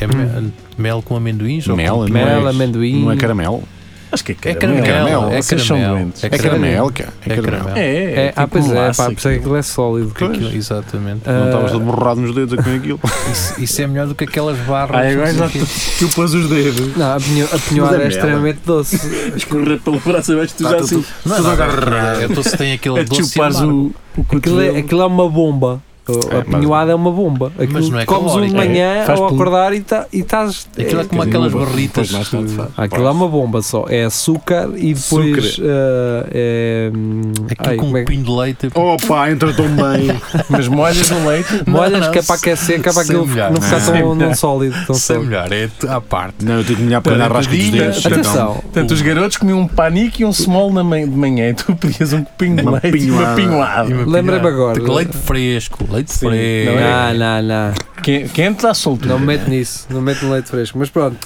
É me- mel com amendoins? ou
Mel,
com-
não
Mel,
é?
amendoim.
Não é caramelo?
Acho que é
É
caramelo.
caramelo.
caramelo.
É
Vocês são
caramelo.
doentes.
É
É
caramelo.
caramelo, cara.
É caramelo.
É, é,
É, ah,
tipo
pois é,
melaço
pá, por isso é que
aquilo.
aquilo é sólido.
Aquilo, exatamente.
Ah,
Não estavas todo borrado nos dedos com aquilo.
Isso, isso é melhor do que aquelas barras.
Ah, agora
não
já
sei o quê.
tu pôs os dedos,
Não, a pinho- a pinhoada é
mel.
extremamente doce.
escorrer pelo braço abaixo, tu
Tá
já
tudo-
assim,
Não, não, não, não, Eu estou se tem aquele
a
doce
chupares
amargo.
o, o
Aquilo é,
cotovelo.
aquilo é uma bomba. A-
É,
a
mas-
pinhoada é uma bomba. Aquilo
Mas não é
comes um de
calórico.
manhã
É, faz
ao
pum.
acordar e tá- e estás.
Aquilo é como
Quer dizer,
aquelas
uma-
barritas.
depois mais tarde, de facto.
Aquilo é uma bomba só. É açúcar e depois.
Sucre.
ah, é, hum, ai,
Aqui com
como é
um
que-
pinho de leite.
Opa, entra tão bem.
Mas molhas no leite.
Molhas
Não,
que é
não,
para aquecer, que é para
sem
aquilo
molhar.
não ficar
Sem
tão,
molhar.
tão sólido. Tão
Sem
sólido.
melhor, é à parte.
Não, eu tenho que molhar para dar rasca dos
Tadinha.
dedos. Então,
Atenção,
Portanto, os garotos comiam um panique e um small na man- de manhã e tu pedias um copinho de
Uma
leite e uma
pinhoada.
pinhoada.
Lembrei-me agora.
Leite fresco, leite
Sim,
fresco.
não é?
Não, Ah, não, não.
Que- Quente está solto.
Não me mete nisso. Não me mete no leite fresco. Mas pronto.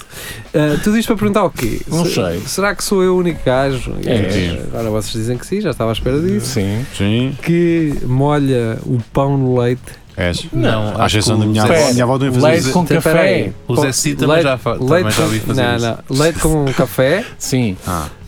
Ah, tudo isto para perguntar o quê?
Não
Se-
sei.
Será que sou eu o único gajo?
É.
Eh, Agora vocês dizem que sim, já estava à espera disso.
Sim.
Sim,
Que molha o pão no leite.
és.
Não,
À exceção da minha
Os-
avó.
Espera.
Minha avó também fazia
Leite
isso.
com
Então,
café.
peraí.
O Zé Cid também
Leite-
já, fa- também
leite
já ouvi
com-
fazer
não,
isso.
não. Leite com um café,
Sim.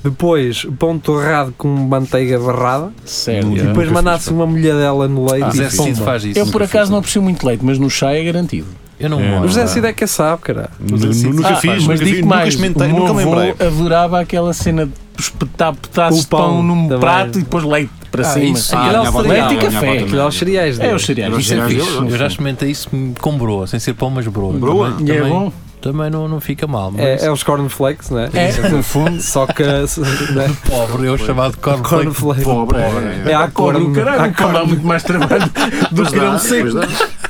depois pão torrado com manteiga barrada,
Sério.
É,
e depois
nunca
mandasse uma molhadela no leite
O
e
Ah, Zé Cid
pomba.
faz isso.
Eu por acaso não aprecio muito leite, mas no chá é garantido.
Eu não
É.
moro.
O José Cid é que sabe, cara.
Nu- nu- Nunca
Ah,
fiz,
mas
nunca
digo
fiz, nunca
mais,
experimentei,
o meu
nunca
avô é
lembrei.
adorava aquela cena de espetar pedaços
O
de pão
pão
num
também.
prato e depois leite para cima.
isso.
Ah,
Aquilo é
minha
o
avó
cereal.
leite e
também, minha avó
café.
também.
Aquilo é os cereais
É
dele.
os cereais.
Era
Isso é
Sim,
fixe.
sim.
Eu já experimentei isso com broa, sem ser pão, mas broa.
Broa?
Também,
E é
também-
bom.
também não, não fica mal. Mas
É, é os cornflakes, não é?
É, no fundo.
Só que. né?
pobre, eu chamado cornflake.
Cornflakes.
Pobre.
É à cor.
Cobra o caralho,
à
que dá
cor.
muito mais trabalho do
Pois
que grão
dá, pois
seco.
dá,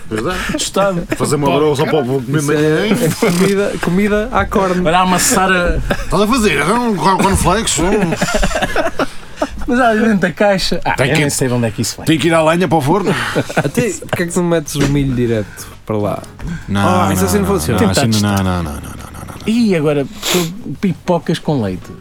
pois dá.
Tostado.
Fazer uma broa só para o comer
Isso
manhã.
é- é comida, comida à corne.
Para amassar a.
Estás a fazer? É um cor- cornflakes? um-
Mas olha dentro da caixa. Ah,
Tem
eu
que-
nem sei de onde é que isso vem.
Tem que ir à lenha para o forno?
Até porque é que tu não metes o milho direto para lá?
Não,
Ah, isso assim não funciona.
Não, assim não, não, não, não, não, não, não.
E agora tô- pipocas com leite.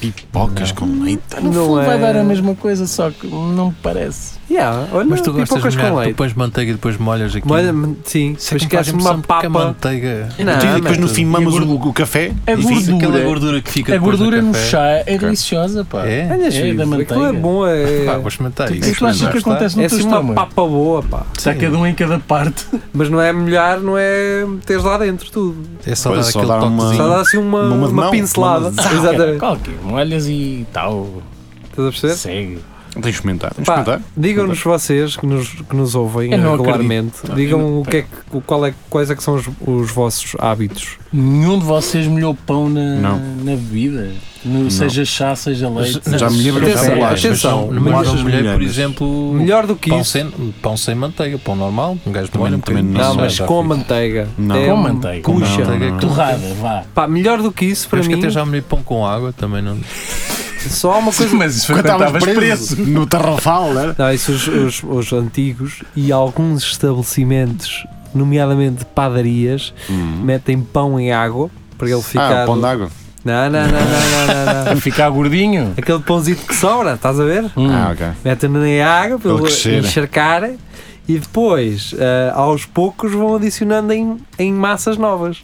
Pipocas com leite.
No
Não
fundo
é-
vai dar a mesma coisa, só que não me parece.
Yeah, olha,
Mas tu gostas
pipocas
de
com
molhar, tu
leite.
pões manteiga e depois molhas aqui.
Molha, sim, mas
Isso é que me faz
esquece
impressão,
uma
porque a
papa.
manteiga.
Não,
Ah, E depois no
mas-
fim mamas o, o café.
É
e
gordura.
fica.
Aquela gordura que fica
A
depois do
gordura no
café.
chá é deliciosa, pá.
É?
Olha,
É, da
Chico, aquilo
manteiga.
é bom, é.
Pá, vou experimentar
E
isso.
tu achas que
Está.
acontece
É
no teu
assim uma
estômago?
papa boa, pá.
Está cada um em cada parte.
Mas não é molhar, não é meteres lá dentro tudo.
É só
Pois,
dar
só
aquele
dar uma-
Só
toquezinho.
dá assim uma,
Uma
uma,
de mão,
pincelada.
uma de-
Exatamente. É.
Qualquer, é? molhas e tal.
Estás a perceber?
Segue.
Tens de experimentar. Tens de
Pá,
experimentar.
Digam-nos vocês que nos, que nos ouvem eh,
Eu não
regularmente,
eu
digam o que é, que- o- qual é, quais é que são os, os vossos hábitos.
Nenhum de vocês molhou pão na,
Não.
na bebida. No- Seja chá, seja leite.
Mas-
Já me lembro
de Atenção, bolachas.
Atenção,
atenção,
mas
bolachas
eu molhei, por
molhadas.
exemplo,
Melhor do que
pão
isso.
sem, pão sem manteiga, pão normal, um gajo
Também-
molha um
também
bocadinho.
Não,
Já-
mas
já
com
fiz.
manteiga.
Não.
É
Com
um-
manteiga.
Puxa.
Manteiga que-
Torrada, vá.
Pá, melhor do que isso para
Temos que
mim,
até já molhei pão com água, também não.
só há uma coisa.
Mas isso foi
Quando
quando
estavas
estavas
preso,
preso.
no Tarrafal, era?
Não, isso os, os- os antigos e alguns estabelecimentos, nomeadamente padarias, metem pão em água para ele ficar.
Uhum. Ah, pão d'água.
não, não, não, não, não, não, não.
A ficar gordinho.
Aquele pãozinho que sobra, estás a ver?
Hum.
Ah, ok.
metem-no na água para
Ele
ele
crescer.
encharcar e depois, ah, aos poucos, vão adicionando em, em massas novas.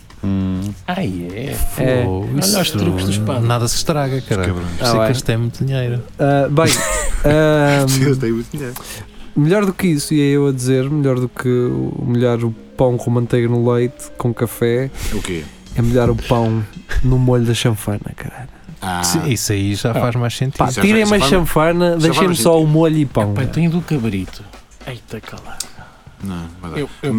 Ai, é.
É.
Pô,
Olha os truques dos pais.
Nada se estraga, caralho. Por isso
Ah,
é
bem.
que eles têm muito dinheiro.
Ah, bem, ah,
Eu tenho muito dinheiro.
melhor do que isso, e é eu a dizer, melhor do que o- molhar o pão com manteiga no leite, com café,
O quê?
é molhar o pão no molho da chanfana, caralho.
Ah,
Sim, Isso aí já faz mais sentido.
Pá,
Isso é
tirem-me a
chanfana.
chanfana, deixem-me
chanfana,
só o molho e pão.
Pai, tem do cabrito. é. Eita, calado.
não, mas é.
Eu, eu,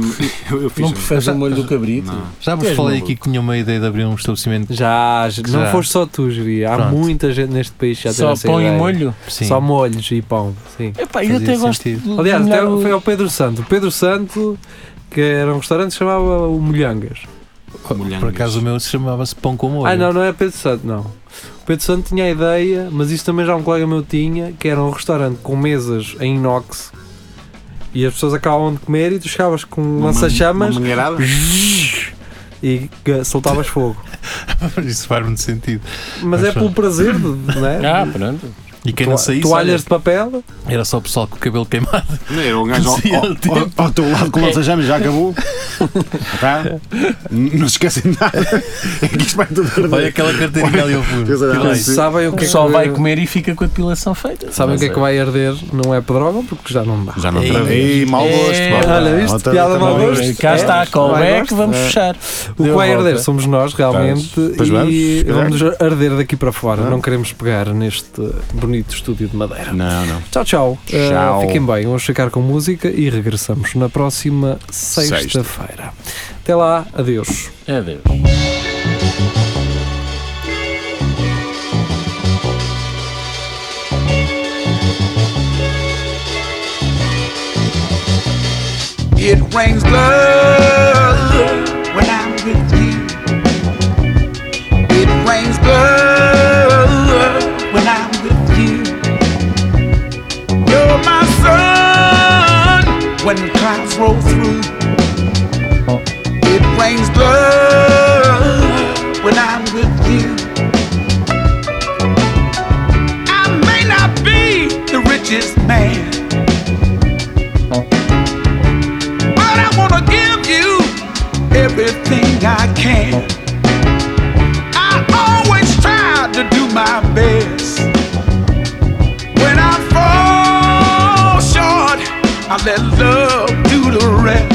eu, eu fiz.
não preferes o molho do cabrito?
Não.
Já vos
Tu és
falei
maluco.
aqui que tinha uma ideia de abrir um estabelecimento.
Já, não
Já.
foste só tu, Jiri. Há
Pronto.
muita gente neste país que já tem
Só
essa
pão e
ideia.
molho?
Sim.
Só molhos e pão, sim.
Epá, eu
Fazia
até gosto.
sentido.
de- de
Aliás, até
molhar o-
foi ao Pedro Santo. O Pedro Santo, que era um restaurante, que se chamava o Molhangas.
Molhangas.
Por acaso o meu se chamava-se Pão com Molho.
Ah, não, não é Pedro Santo, não. O Pedro Santo tinha a ideia, mas isso também já um colega meu tinha, que era um restaurante com mesas em inox e as pessoas acabavam de comer e tu chegavas com
Uma man-
lança-chamas
Uma mangueirada?
e que- soltavas fogo.
Isso faz muito sentido.
Mas é pelo prazer, de- não
Ah,
é?
pronto.
E quem não saísse,
Toalhas de papel,
olha, era só o pessoal com o cabelo queimado.
Não, era um gajo ao,
Sim,
ao-
ele teve.
ao- ao teu lado com lança-chamas, já acabou. Tá? N- Não se esquecem de nada. É que isto vai tudo arder.
Olha aquela carteirinha ali ao fundo.
Pois é,
Aquilo aí.
sim.
sabem o
O
que é
pessoal
que,
vai comer e fica com a depilação feita.
sabem o que é que vai arder, não é pedroga, porque já não dá.
Já não
Ei,
tem. Tá Ei, mau
ei,
gosto. tá vá, vá.
olha, isto,
Outra-
piada
outra
mau
vez.
gosto.
Olha, Cá
É,
está a
vai,
callback,
gosto.
vamos fechar.
O que
é. Deu a
vai
volta.
arder somos nós realmente
Pois. Pois
e
vamos, se calhar.
vamos arder daqui para fora.
Vamos.
Não queremos pegar neste bonito estúdio de madeira.
Não, não.
Tchau, tchau. Eh,
Tchau.
fiquem bem, vamos ficar com música e regressamos na próxima sexta-feira. Até lá, adeus.
Adeus.
It rings love when I'm with you. It rings love when I'm with you. You're my sun when clouds roll through. It rings love when I'm with you. I may not be the richest man. But I wanna give you everything I can. I always try to do my best. When I fall short, I let love do the rest.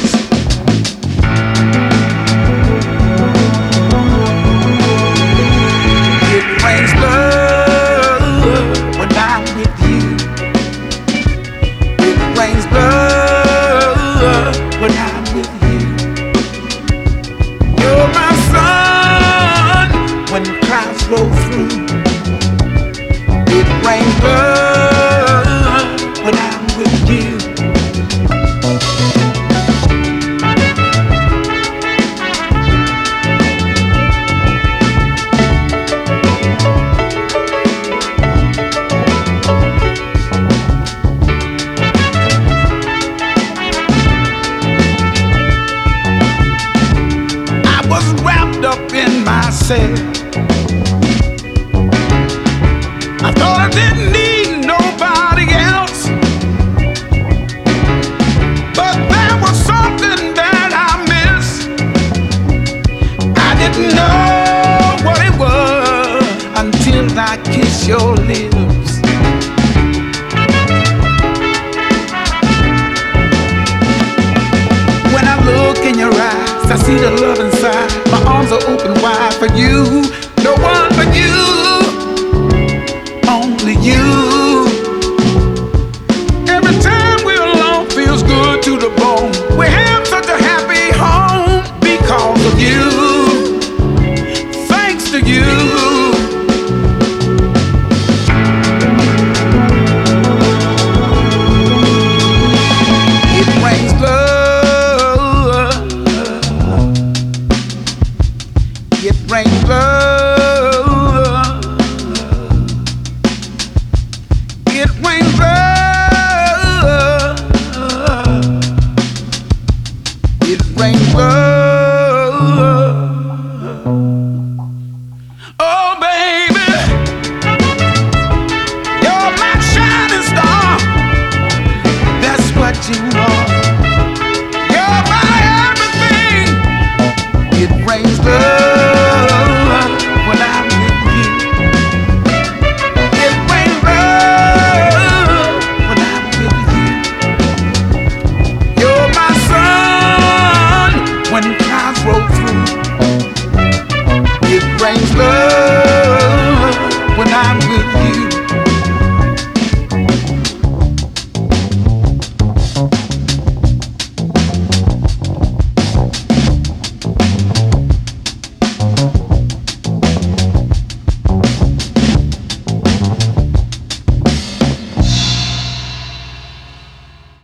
It rains love when I'm with you. It rains blood when I'm with you. You're my sun when clouds roll through. It rains blood when I'm with you. I was wrapped up in myself. I thought I didn't need nobody else. But there was something that I missed. I didn't know what it was until I kissed your lips. When I look in your eyes, I see the love inside. My arms are open wide for you. No one but you. Only you. Every time we're alone feels good to the bone. We have such a happy home because of you. Thanks to you. It rains love. It rains love. It rains love. It rains love. Oh, baby, you're my shining star. That's what you are. You're my everything. It rains love when I'm with you. It rains love when I'm with you. You're my sun when clouds roll through. It rains love when I'm with you.